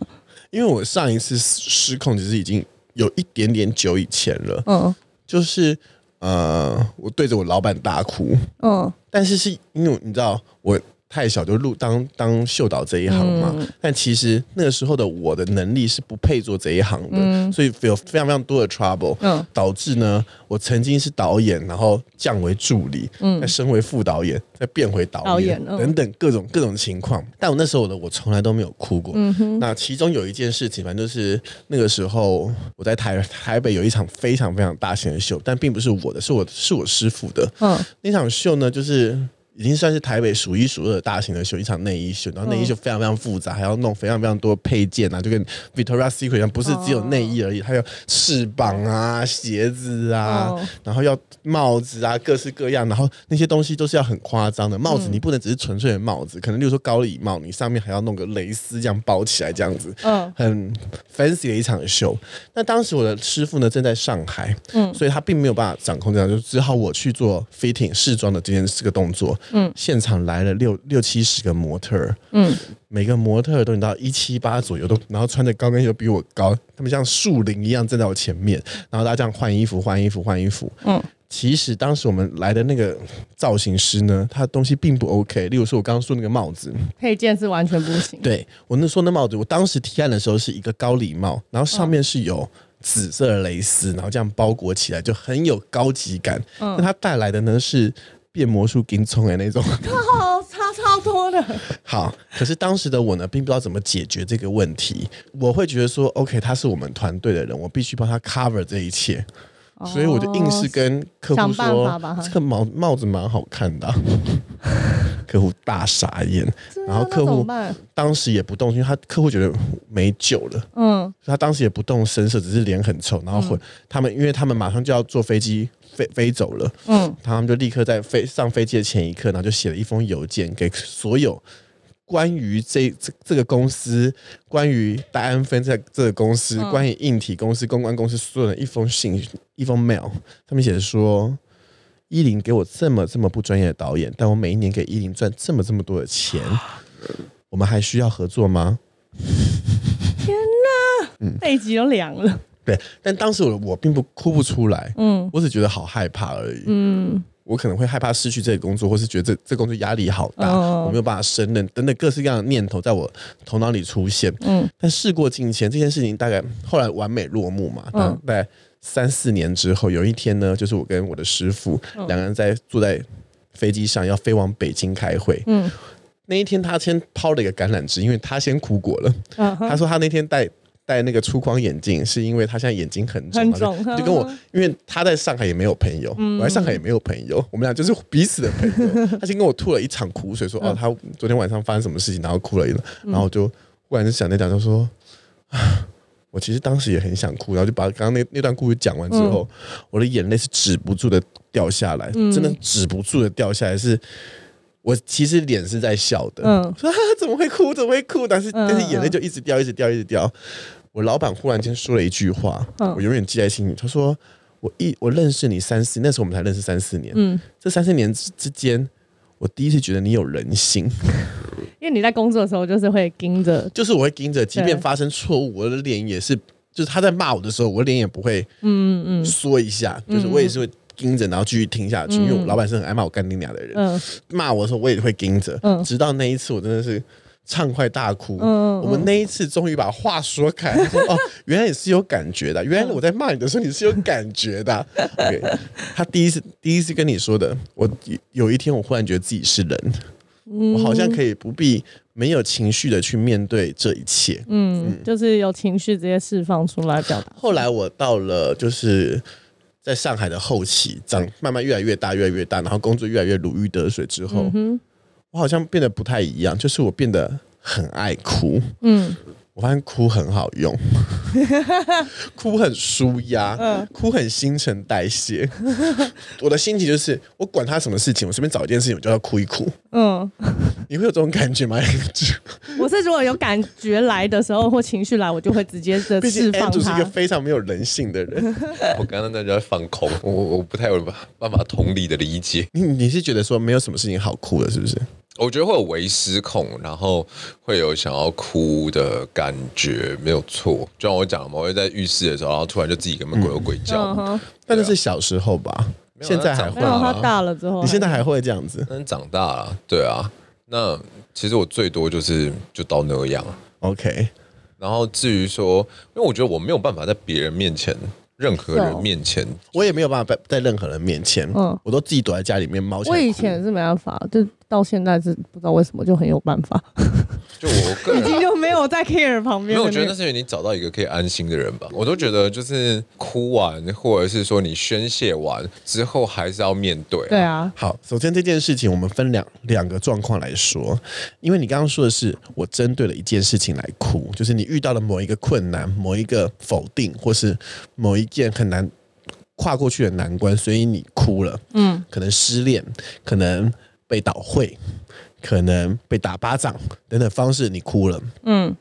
C: 因为我上一次失失控其实已经有一点点久以前了，
B: 嗯
C: 就是呃，我对着我老板大哭，
B: 嗯
C: 但是是因为你知道我太小就入当当秀导这一行嘛，
B: 嗯
C: 但其实那个时候的我的能力是不配做这一行的，所以有非常非常多的 trouble，、
B: 嗯
C: 导致呢我曾经是导演，然后降为助理，再升为副导演，再变回导演
B: 嗯导演嗯
C: 等等各种各种情况。但我那时候的我从来都没有哭过。
B: 嗯
C: 那其中有一件事情，反正就是那个时候我在台台北有一场非常非常大型的秀，但并不是我的，是我是我师傅的，
B: 嗯，
C: 那场秀呢，就是已经算是台北数一数二的大型的秀，一场内衣秀。然后
B: 嗯
C: 内衣秀非常非常复杂，还要弄非常非常多配件啊，就跟 Victoria Secret 一样，不是只有内衣而已，还有翅膀啊、鞋子啊，
B: 哦
C: 然后要帽子啊，各式各样。然后那些东西都是要很夸张的，帽子你不能只是纯粹的帽子，可能例如说高礼帽，你上面还要弄个蕾丝这样包起来，这样子，
B: 嗯
C: 很 fancy 的一场秀。那当时我的师傅呢正在上海，嗯，所以他并没有办法掌控这样，就只好我去做 fitting 试装的这件这个动作。嗯，现场来了六六七十个模特儿，嗯，每个模特儿都你知道一七八左右都，然后穿着高跟鞋比我高，他们像树林一样站在我前面，然后大家这样换衣服、换衣服、换衣服，嗯。其实当时我们来的那个造型师呢，他的东西并不 OK。例如说，我刚刚说那个帽子，
B: 配件是完全不行，
C: 对我那时候那帽子，我当时提案的时候是一个高礼帽，然后上面是有紫嗯色的蕾丝，然后这样包裹起来就很有高级感。那它带来的呢是变魔术跟葱的那种。
B: 哦，差超多的，
C: 好，可是当时的我呢，并不知道怎么解决这个问题。我会觉得说，OK，他是我们团队的人，我必须帮他 cover 这一切，所以我就硬是跟客
B: 哦
C: 户
B: 想办法
C: 说
B: 吧，
C: 这个帽帽子蛮好看的啊、 客户大傻眼， 然后
B: 那
C: 客
B: 怎么
C: 户
B: 办
C: 当时也不动，因为他客户觉得没救了，
B: 嗯，
C: 他当时也不动声色，只是脸很臭，然后回、他们，因为他们马上就要坐飞机飞飞走了，嗯
B: 嗯，
C: 他们就立刻在飞上飞机的前一刻，然后就写了一封邮件给所有关于这这这个公司、关于戴安芬这这个公司、
B: 嗯
C: 关于硬体公司、公关公司所有人一封信、一封 mail，上面写着说。依林给我这么这么不专业的导演，但我每一年给依林赚这么这么多的钱，我们还需要合作吗？
B: 背脊都凉了，
C: 对，但当时我我并不哭不出来，嗯，我只觉得好害怕而已，嗯，我可能会害怕失去这个工作，或是觉得这这工作压力好大，
B: 哦
C: 我没有办法胜任，等等各式各样的念头在我头脑里出现，嗯
B: 嗯，
C: 但事过境迁，这件事情大概后来完美落幕嘛，大概三四年之后，有一天呢，就是我跟我的师傅两个人在坐在飞机上要飞往北京开会，嗯
B: 嗯。
C: 那一天他先抛了一个橄榄枝，因为他先苦果了。
B: 嗯哼
C: 他说他那天戴戴那个粗框眼镜，是因为他现在眼睛很肿，
B: 很肿嗯
C: 然后就就跟我，因为他在上海也没有朋友，我在上海也没有朋友，我们俩就是彼此的朋友。 他先跟我吐了一场苦水，说
B: 嗯
C: 哦，他昨天晚上发生什么事情，然后哭了一顿，然后我就忽然就想在讲，就说。啊我其实当时也很想哭，然后就把刚刚那那段故事讲完之后，
B: 嗯
C: 我的眼泪是止不住的掉下来，真的止不住的掉下来。是我其实脸是在笑的，
B: 嗯
C: 说、啊、怎么会哭，怎么会哭？但是、
B: 嗯
C: 但是眼泪就一直掉，一直掉，一直掉。我老板忽然间说了一句话，
B: 嗯
C: 我永远记在心里。他说：“我一我认识你三四，那时候我们才认识三四年，
B: 嗯，
C: 这三四年之之间，我第一次觉得你有人性。”
B: 因为你在工作的时候就是会盯着，
C: 就是我会盯着，即便
B: 对
C: 发生错误，我的脸也是，就是他在骂我的时候，我脸也不会
B: 嗯嗯
C: 缩一下，就是我也是会盯着，然后继续听下去，因为我老板是很爱骂我干你俩的人，
B: 嗯
C: 骂我的时候我也会盯着，
B: 嗯
C: 直到那一次我真的是。畅快大哭，
B: 嗯嗯
C: 我们那一次终于把话说开，说 哦，原来你是有感觉
B: 嗯
C: 的，原来我在骂你的时候你是有感 觉的。OK，他第一次第一次跟你说的，我有一天我忽然觉得自己是人，我好
B: 嗯
C: 像可以不必没有情绪的去面对这一切。
B: 嗯，就是有情绪直接释放出来表达，
C: 后来我到了就是在上海的后期，长慢慢越来越大，越来越大，然后工作越来越如鱼得水之
B: 嗯
C: 后，我好像变得不太一样，就是我变得很爱哭。
B: 嗯，
C: 我发现哭很好 用，哭很舒压，
B: 嗯
C: 哭很新陈 代谢。我的心情就是，我管他什么事情，我随便找一件事情，我就要哭一哭。
B: 嗯，
C: 你会有这种感觉吗？
B: 我是如果有感觉来的时候或情绪来，我就会直接的
C: 毕
B: 释
C: 竟
B: 放
C: Andrew 是一
B: 它
C: 个。非常没有人性的人。
A: 我刚刚在那放空，我我我不太有办法同理的理解。
C: 你你是觉得说没有什么事情好哭的，是不是？
A: 我觉得会有微失控，然后会有想要哭的感觉，没有错。就像我讲的嘛，我会在浴室的时候，然后突然就自己根本鬼吼鬼叫
B: 嗯。哼，
C: 但那是小时候吧，
A: 没有
C: 现在还
B: 没
C: 会
B: 有他
C: 吗？
B: 大了之后，哎
C: 你现在还会这样子
A: 但是长大了，对啊。那其实我最多就是就到那样。
C: ？OK，
A: 然后至于说，因为我觉得我没有办法在别人面前，任何
B: 是哦
A: 人面前，
C: 我也没有办法在在任何人面前，
B: 嗯
C: 我都自己躲在家里面猫起来
B: 我
C: 哭
B: 以前是没办法，就到现在是不知道为什么就很有办 法，
A: 就我个
B: 已
A: 人
B: 经就没有在 care 旁
A: 没
B: 边
A: 有，
B: 的
A: 我觉得
B: 那
A: 那
B: 个。
A: 是因为你找到一个可以安心的人吧。我都觉得就是哭完，或者是说你宣泄完之后，还是要面对、
B: 对，啊，
C: 好，首先这件事情我们分两两个状况来说，因为你刚刚说的是我针对了一件事情来哭，就是你遇到了某一个困难、某一个否定，或是某一件很难跨过去的难关，所以你哭了。嗯，可能失恋，可能被倒会，可能被打巴掌等等方式，你哭了。嗯，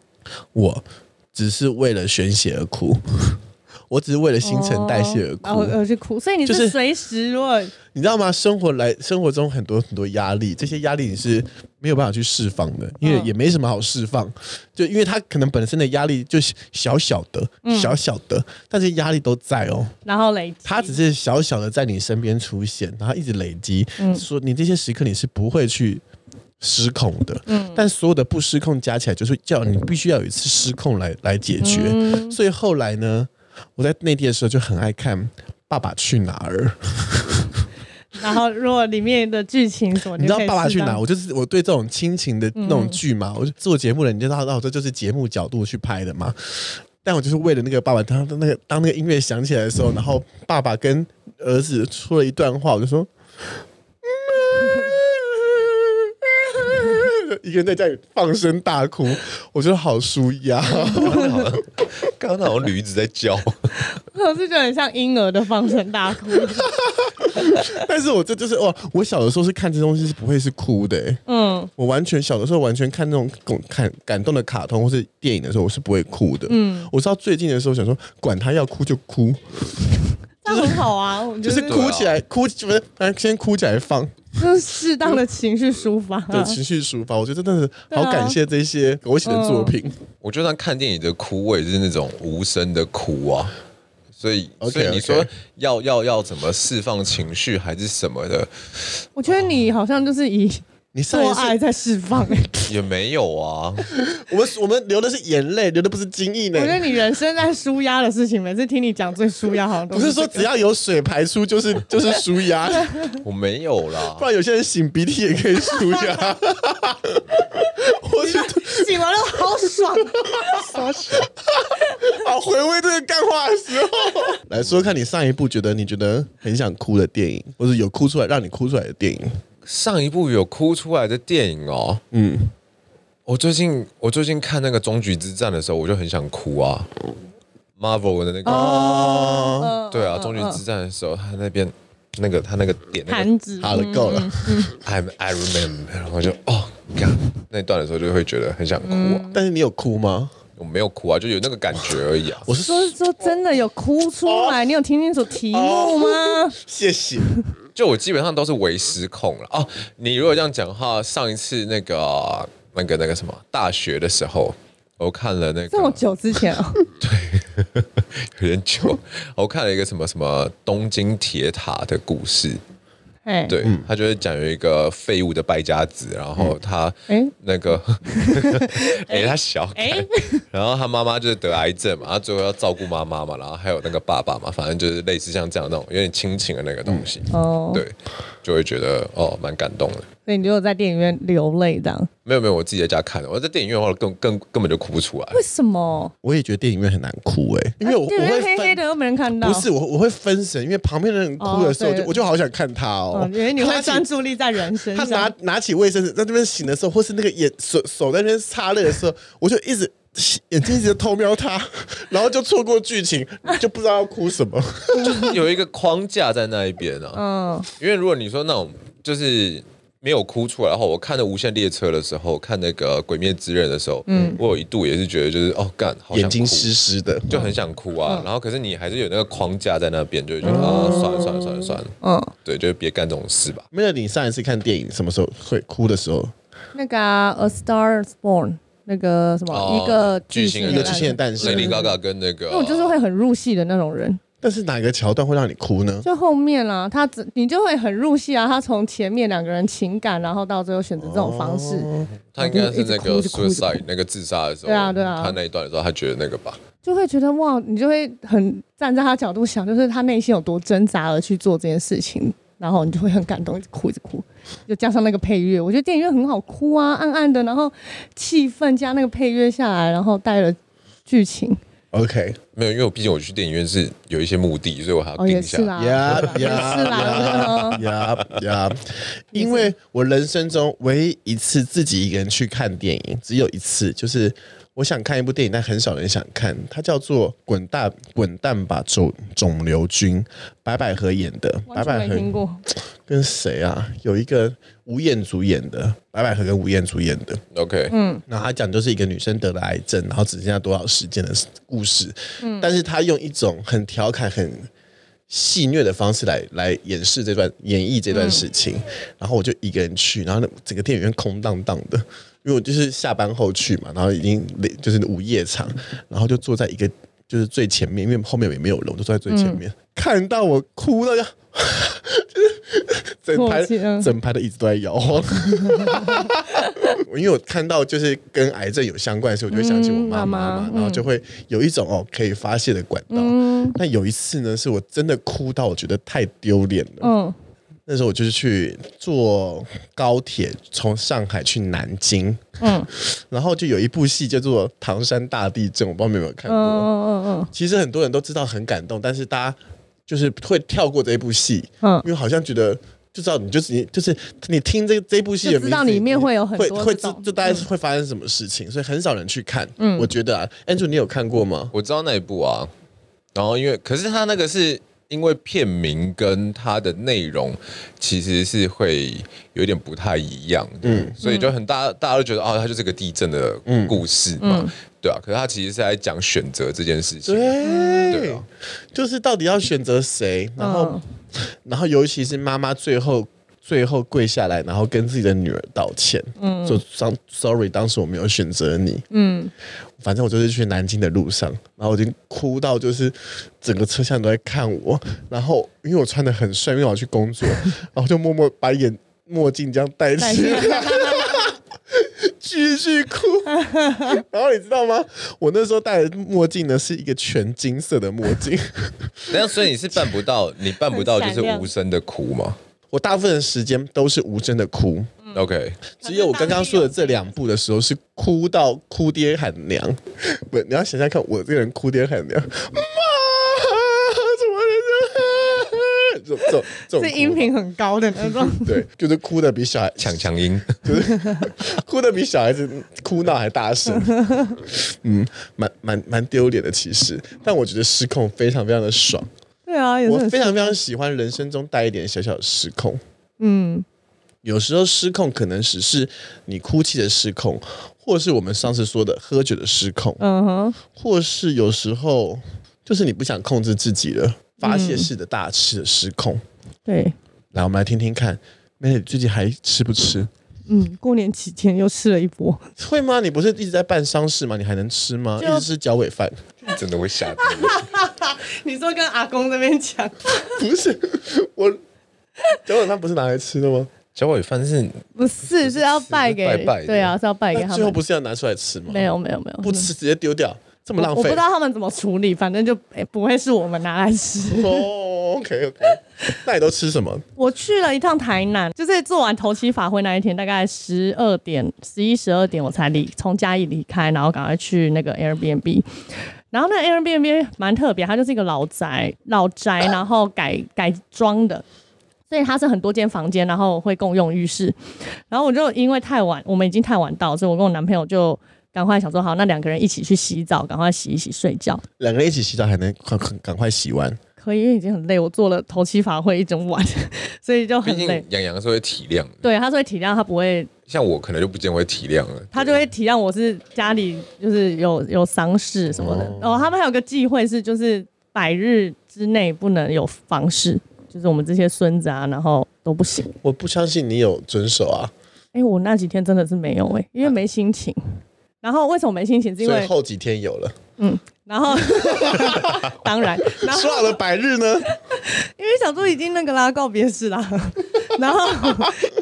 C: 我只是为了宣泄而哭， 我只是为了新陈代谢而哭。
B: 然后我去哭，所以你
C: 就是
B: 是随时如果
C: 你知道吗？生活来生活中很多很多压力，这些压力你是没有办法去释放的，因为也没什么好释放。就因为他可能本身的压力就小小的、小小的，但是压力都在哦。
B: 然后累积，
C: 它只是小小的在你身边出现，然后一直累积。说你这些时刻你是不会去失控的，但所有的不失控加起来，就是叫你必须要有一次失控来来解决。所以后来呢，我在内地的时候就很爱看《爸爸去哪儿》。
B: 然后如果里面的剧情什么，
C: 你知道
B: 就可以
C: 《爸爸
B: 适
C: 去哪
B: 当嗯
C: 儿》？我就是我对这种亲情的那种剧嘛，我就做节目了，你就知道，哦那这就是节目角度去拍的嘛。但我就是为了那个爸爸，当那个当那个音乐响起来的时候，然后爸爸跟儿子说了一段话，我就说，嗯一个人在家里放声大哭，我觉得好舒压。
A: 刚刚那种驴子在叫，
B: 我是觉得很像婴儿的放声大 哭。
C: 但是我这就是哦，我小的时候是看这东西是不会是哭的、欸
B: 嗯
C: 我完全小的时候完全看那种感感感动的卡通或是电影的时候，我是不会哭的。嗯，我知道最近的时候想说，管他要哭就哭，
B: 那很好啊，我觉
C: 就是
B: 得
C: 哭起来，哭不是，反正先哭起来放，
B: 就是适当的情绪抒发、
C: 对
B: 啊。
C: 情绪抒发。我觉得真的是
B: 对啊嗯
C: 好感谢这些狗血的作品。
A: 我就算看电影的哭，我也是那种无声的哭啊。所以
C: OK，
A: 所以你
C: OK
A: 说要要要怎么释放情绪还是什么的，
B: 我觉得你好像就是以
C: 你上一
B: 做爱
C: 次
B: 在释放、欸，
A: 也没有啊。
C: 我们我们流的是眼泪，流的不是精液呢
B: 我觉。得你人生在舒压的事情，每次听你讲最舒压，好像都
C: 不是说
B: 这
C: 只要有水排出就是就是舒 压，
A: 我没有啦
C: 不，然有些人擤鼻涕也可以舒 压。我觉得
B: 个醒完了好爽，啊
C: 好回味这个干话的时候。 来说说看你上一部觉得你觉得很想哭的电影，或者有哭出来让你哭出来的电影。
A: 上一部有哭出来的电影哦。
C: 嗯，
A: 我最近我最近看那个《终局之战》的时候，我就很想哭啊。Marvel 的那个，
C: 哦，
A: 对
B: 嗯
A: 啊，《终局之战》的时候，他那边那个他那个点那个
B: 盘子
C: 好了，够
B: 嗯
C: 了。
A: I'm I remember，然后就哦，干那段的时候就会觉得很想哭啊。
C: 但是你有哭吗？
A: 我没有哭啊，就有那个感觉而已啊。
C: 我是
B: 说说真的有哭出
C: 哦
B: 来，你有听清楚题目吗？
C: 谢谢。
A: 就我基本上都是为失控了哦。你如果这样讲的话，上一次那个那个那个什么大学的时候，我看了那个
B: 这么久之前 哦，
A: 有点久，我看了一个什么什么东京铁塔的故事。
B: 哎，
A: 对，他就是讲有一个废物的败家子，然后他
B: 哎
A: 那 个哎他小
B: 哎，
A: 然后他妈妈就是得癌症嘛，他最后要照顾妈妈嘛，然后还有那个爸爸嘛，反正就是类似像这样那种有点亲情的那个东西，
B: 哦，
A: 对，就会觉得哦蛮感动的。
B: 所以你就在电影院流泪这样，
A: 没有没有，我自己在家看的，我在电影院的话更更根本就哭不出来。
B: 为什么？
C: 我也觉得电影院很难哭哎、因为我我
B: 电影
C: 会
B: 院黑黑
C: 分。
B: 的又没人看到，
C: 不是我，我会分神，因为旁边的人哭的时
B: 哦
C: 候，我
B: 对
C: 就我就好想看他哦
B: 哦，。因为你
C: 他
B: 会
C: 拿起
B: 专注力在人身
C: 他拿
B: 上。
C: 拿起卫生纸在那边醒的时候，或是那个眼手手在那边擦泪的时候，我就一直眼睛一直偷瞄他，然后就错过剧情，就不知道要哭什么。
A: 有一个框架在那一边啊。
B: 嗯，
A: 因为如果你说那种就是没有哭出来的话，我看那《无限列车》的时候，看那个《鬼灭之刃》的时候，嗯，我有一度也是觉得就是哦干，好想
D: 眼
A: 哭
D: 睛湿湿的，
A: 就很想哭啊。然后可是你还是有那个框架在那边，就会觉得
B: 嗯
A: 啊，算了算了算了算了，嗯，对，就是别干这种事吧。
C: 没有，你上一次看电影什么时候会哭的时候？
B: 那个啊、A Star is Born》那个什么、
A: 哦
B: 一个
A: 巨
B: 星
A: 星
B: 的
A: 一个
B: 诞
A: 巨
C: 星的诞
A: 所
C: 生
A: 以 Lady Gaga 跟那个，
B: 因为我就是会很入戏的那种人，
C: 但是哪个桥段会让你哭呢？
B: 就后面啦、他只你就会很入戏啊。他从前面两个人情感，然后到最后选择这种方式，
A: 他应该是那个
B: 我就一直哭一直哭
A: suicide 那个自杀的时候，
B: 对啊对啊
A: 他那一段的时候，他觉得那个吧，
B: 就会觉得哇，你就会很站在他角度想，就是他内心有多挣扎而去做这件事情，然后你就会很感动，一直哭一直哭。就加上那个配乐，我觉得电影院很好哭啊，暗暗的，然后气氛加那个配乐下来，然后带了剧情，
C: OK，
A: 没有，因为我毕竟我去电影院是有一些目的，所以我还要
B: 哦
A: 定
B: 也
A: 一下
B: 是。啦，
C: 呀
B: 也是啦，也是啦嗯
C: 呀呀！因为我人生中唯一一次自己一个人去看电影，只有一次，就是我想看一部电影，但很少人想看，它叫做《滚蛋滚蛋吧肿肿瘤君》，白百合演的，
B: 完全
C: 白百
B: 没
C: 合
B: 听过。
C: 跟谁啊？有一个吴彦祖演的，白百合跟吴彦祖演的。
A: OK，
B: 嗯
C: 然后他讲就是一个女生得了癌症，然后只剩下多少时间的故事。但是他用一种很调侃、很戏谑的方式来来演示这段演绎这段事情。然后我就一个人去，然后整个电影院空荡荡的，因为我就是下班后去嘛，然后已经累就是午夜场，然后就坐在一个就是最前面，因为后面也没有人，我就坐在最前面，看到我哭到要。 就是整
B: 唾弃
C: 排
B: 嗯
C: 整排的椅子都在摇晃，因为我看到就是跟癌症有相关的事，我就会想起我妈妈
B: 嗯妈嗯
C: 嘛
B: 妈，
C: 然后就会有一种哦可以发泄的管道。但有一次呢，是我真的哭到我觉得太丢脸了。
B: 嗯，
C: 那时候我就是去坐高铁从上海去南京，
B: 嗯
C: 然后就有一部戏叫做《唐山大地震》，我不知道你们有没有看
B: 嗯
C: 过。
B: 嗯嗯
C: 其实很多人都知道很感动，但是大家就是会跳过这一部戏，
B: 嗯
C: 因为好像觉得就知道你就是你就是你听这这一部戏的
B: 就
C: 名字，
B: 知道里面会有很多
C: 会会
B: 这种
C: 知就大概是会发生什么事情，所以很少人去看。
B: 嗯
C: 我觉得啊，Andrew 你有看过吗？
A: 我知道那一部啊，然后因为可是他那个是因为片名跟它的内容其实是会有点不太一样的，所以就很大大家都觉得哦，它就是个地震的故事嘛，对啊，可是它其实是在讲选择这件事情，对
C: 对
A: 啊，
C: 就是到底要选择谁，然后、
B: 嗯
C: 然后尤其是妈妈最后最后跪下来，然后跟自己的女儿道歉，嗯，说当 sorry，当时我没有选择你，
B: 嗯，
C: 反正我就是去南京的路上，然后我已经哭到就是整个车厢都在看我，然后因为我穿的很帅，因为我要去工作，然后就默默把眼墨镜这样戴
B: 但
C: 起
B: 是
C: 来。继续哭，然后你知道吗？我那时候戴的墨镜呢是一个全金色的墨镜，
A: 那所以你是办不到，你办不到就是
B: 很闪亮
A: 无声的哭嘛
C: 我大部分的时间都是无声的哭，
A: ，OK，
C: 只有我刚刚说的这两部的时候是哭到哭爹喊娘。 不，你要想想看，我这个人哭爹喊娘，妈，怎么能这样？这种这种
B: 是音频很高的那种，
C: 哭法，对，就是哭的比小孩
A: 抢强音，
C: 哭的比小孩子哭闹还大声，嗯，蛮蛮蛮丢脸的，其实，但我觉得失控非常非常的爽，
B: 对啊，也
C: 我
B: 是很
C: 非常非常喜欢人生中带一点小小的失控。
B: 嗯
C: 有时候失控可能只是你哭泣的失控，或是我们上次说的喝酒的失控，
B: 嗯哼，
C: 或是有时候就是你不想控制自己了，发
B: 嗯
C: 泄式的大吃的失控。
B: 对，
C: 来，我们来听听看 m a 最近还吃不吃？
B: 嗯，过年期间又吃了一波，
C: 会吗？你不是一直在办丧事吗？你还能吃吗？一
B: 就
C: 直吃脚尾饭？
A: 真的会吓到。
B: 你说跟阿公那边讲，
C: 不是，我脚尾饭不是拿来吃的吗？
A: 小尾饭是
B: 不是是要拜给，
A: 拜拜的
B: 对啊，是要拜给
C: 那
B: 他
C: 最后
B: 们，
C: 不是要拿出来吃吗？
B: 没有没有没有，
C: 不吃直接丢掉，这么
B: 我
C: 浪
B: 我不
C: 费
B: 知。道他们怎么处理，反正就、诶不会是我们拿来吃。
C: 哦，OK OK，那你都吃什么？
B: 我去了一趟台南，就是做完头七法会那一天，大概十二点、十一、十二点我才离从家里离开，然后赶快去那个 Airbnb。然后那 Airbnb 蛮特别，它就是一个老宅，老宅 然后改改装的，所以它是很多间房间，然后会共用浴室。然后我就因为太晚，我们已经太晚到，所以我跟我男朋友就赶快想说，好，那两个人一起去洗澡，赶快洗一洗睡觉。
C: 两个人一起洗澡还能快快赶快洗完，
B: 可以，因为已经很累，我做了头七法会一整晚， 所以就
A: 毕
B: 很
A: 竟
B: 累。
A: 杨洋是会体谅的，
B: 对，他是会体谅，他不会，
A: 像我可能就不见会体谅了，
B: 他就会体谅我是家里就是有有丧事什么的。哦，他们还有个忌讳是，就是百日之内不能有房事，就是我们这些孙子啊，然后都不行。
C: 我不相信你有遵守啊。
B: 哎、我那几天真的是没有哎、因为没心情。然后为什么没心情？是因
C: 所以
B: 为
C: 后几天有了，
B: 然 后当然，然后
C: 算了百日呢？
B: 因为小猪已经那个啦，告别式啦。 然后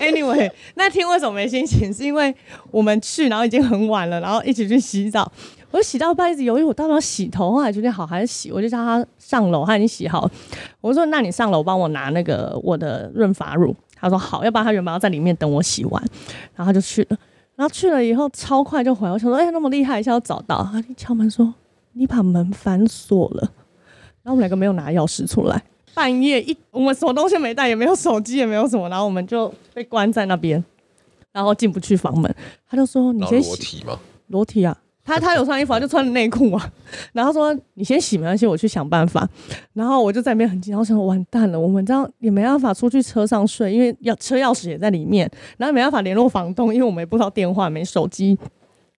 B: ，anyway，那天为什么没心情？是因为我们去，然后已经很晚了，然后一起去洗澡。我洗到一半，一直犹豫我到底要洗头，后来决定好还是洗，我就叫他上楼，他已经洗好了。我说：“那你上楼帮我拿那个我的润发乳。”他说：“好，要不然他原本要在里面等我洗完。”然后他就去了。然后去了以后超快就回来，我想说：“哎、那么厉害，一下就找到。”他一敲门说：“你把门反锁了。”然后我们两个没有拿钥匙出来，半夜一我们什么东西没带，也没有手机，也没有什么，然后我们就被关在那边，然后进不去房门。他就说：“你
A: 然后
B: 先
A: 裸
B: 洗。”
A: 体嘛，
B: 裸体啊。他他有穿衣服啊，就穿了内裤啊。 然后他说：“你先洗，没关系，我去想办法。”然后我就在那边很紧张，我想完蛋了，我们这样也没办法出去车上睡，因为要车钥匙也在里面，然后没办法联络房东，因为我们也不知道电话，没手机，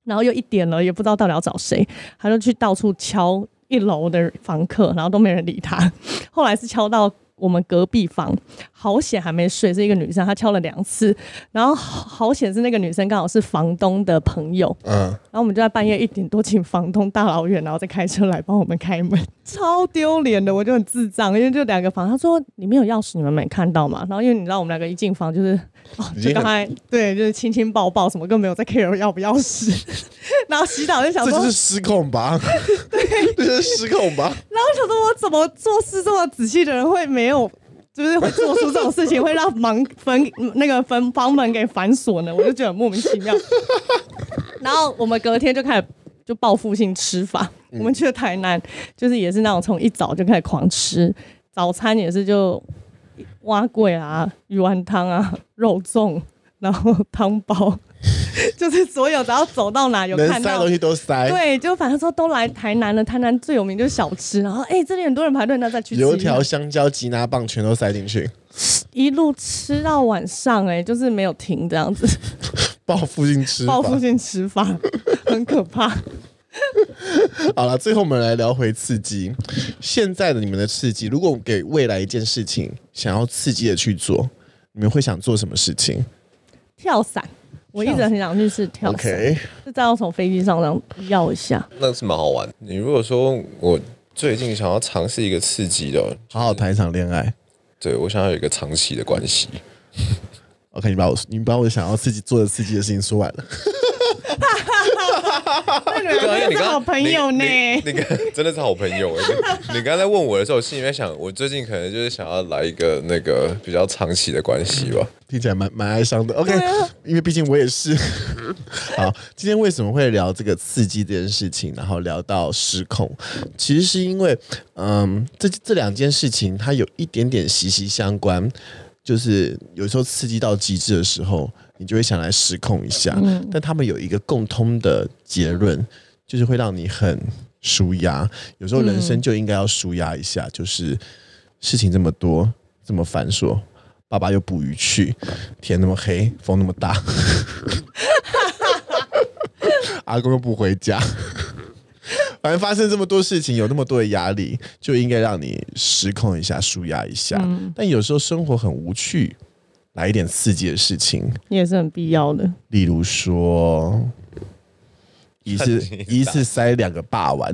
B: 然后又一点了，也不知道到底要找谁，他就去到处敲一楼的房客，然后都没人理他。后来是敲到我们隔壁房，好险还没睡，是一个女生，她敲了两次，然后好好险是那个女生刚好是房东的朋友，
C: 嗯，
B: 然后我们就在半夜一点多请房东大老远，然后再开车来帮我们开门， 超丢脸的，我就很智障，因为就两个房，他说里面有钥匙，你们没看到嘛？然后因为你知道我们两个一进房就是，哦，
C: 已
B: 就
C: 经很
B: 刚才对，就是亲亲抱抱什么，更没有在 care 要不要匙， 然后洗澡就想
C: 这
B: 说，
C: 就是失控吧？ 这就是失控吧？
B: 然后我想说我怎么做事这么仔细的人会没有就是会做出这种事情，会让房分那个分房门给反锁呢？我就觉得很莫名其妙。 然后我们隔天就开始就报复性吃法，
C: 嗯
B: 我们去了台南，就是也是那种从一早就开始狂吃，早餐也是就蛙桂啊、鱼丸汤啊、肉粽，然后汤包， 就是所有只要走到 哪有
C: 能
B: 看
C: 塞的
B: 到
C: 东。西都塞，
B: 对，就反正说都来台南了，台南最有名就是小吃，然后哎、这里很多人排队，那再去吃一下
C: 油条、香蕉、吉拿棒全都塞 进去，
B: 一路吃到晚上、哎，就是没有停这样子，
C: 报复性吃法
B: 报。复性吃法，很可 怕。
C: 好了，最后我们来聊回刺激。现在的你们的刺激，如果给未来一件事情想要刺激的去做，你们会想做什么事情
B: 跳伞，我一直很想去试跳伞
C: ？OK，
B: 就再要从飞机上这样要一下。
A: 那是蛮好玩。你如果说我最近想要尝试一个刺激的，
C: 好好谈一场恋爱。
A: 对我想要有一个长期的关系，
C: OK，你把我你把我想要刺激做的刺激的事情说完了。
B: 那你们 真的是好朋友呢，
A: 那个真的是好朋友。欸你你刚才问我的时候，我心里面想，我最近可能就是想要来一个那个比较长期的关系吧。
C: 听起来蛮蛮哀伤的。OK，、因为毕竟我也是。 好，今天为什么会聊这个刺激这件事情，然后聊到失控，其实是因为，嗯，这这两件事情它有一点点息息相关，就是有时候刺激到极致的时候，你就会想来失控一下，但他们有一个共通的结论，就是会让你很舒压。有时候人生就应该要舒压一下，就是事情这么多，这么繁琐，爸爸又捕鱼去，天那么黑，风那么大， 阿公又不回家，反正发生这么多事情，有那么多的压力，就应该让你失控一下，舒压一下。但有时候生活很无趣，来一点刺激的事情，
B: 也是很必要的。
C: 例如说。一次一次塞两个霸丸，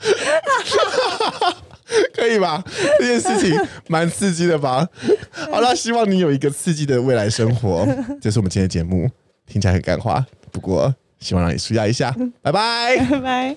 C: 可以吧？这件事情蛮刺激的吧？好了，希望你有一个刺激的未来生活。这是我们今天的节 目，听起来很干话，不过希望让你舒压一下。拜拜。
B: 拜拜。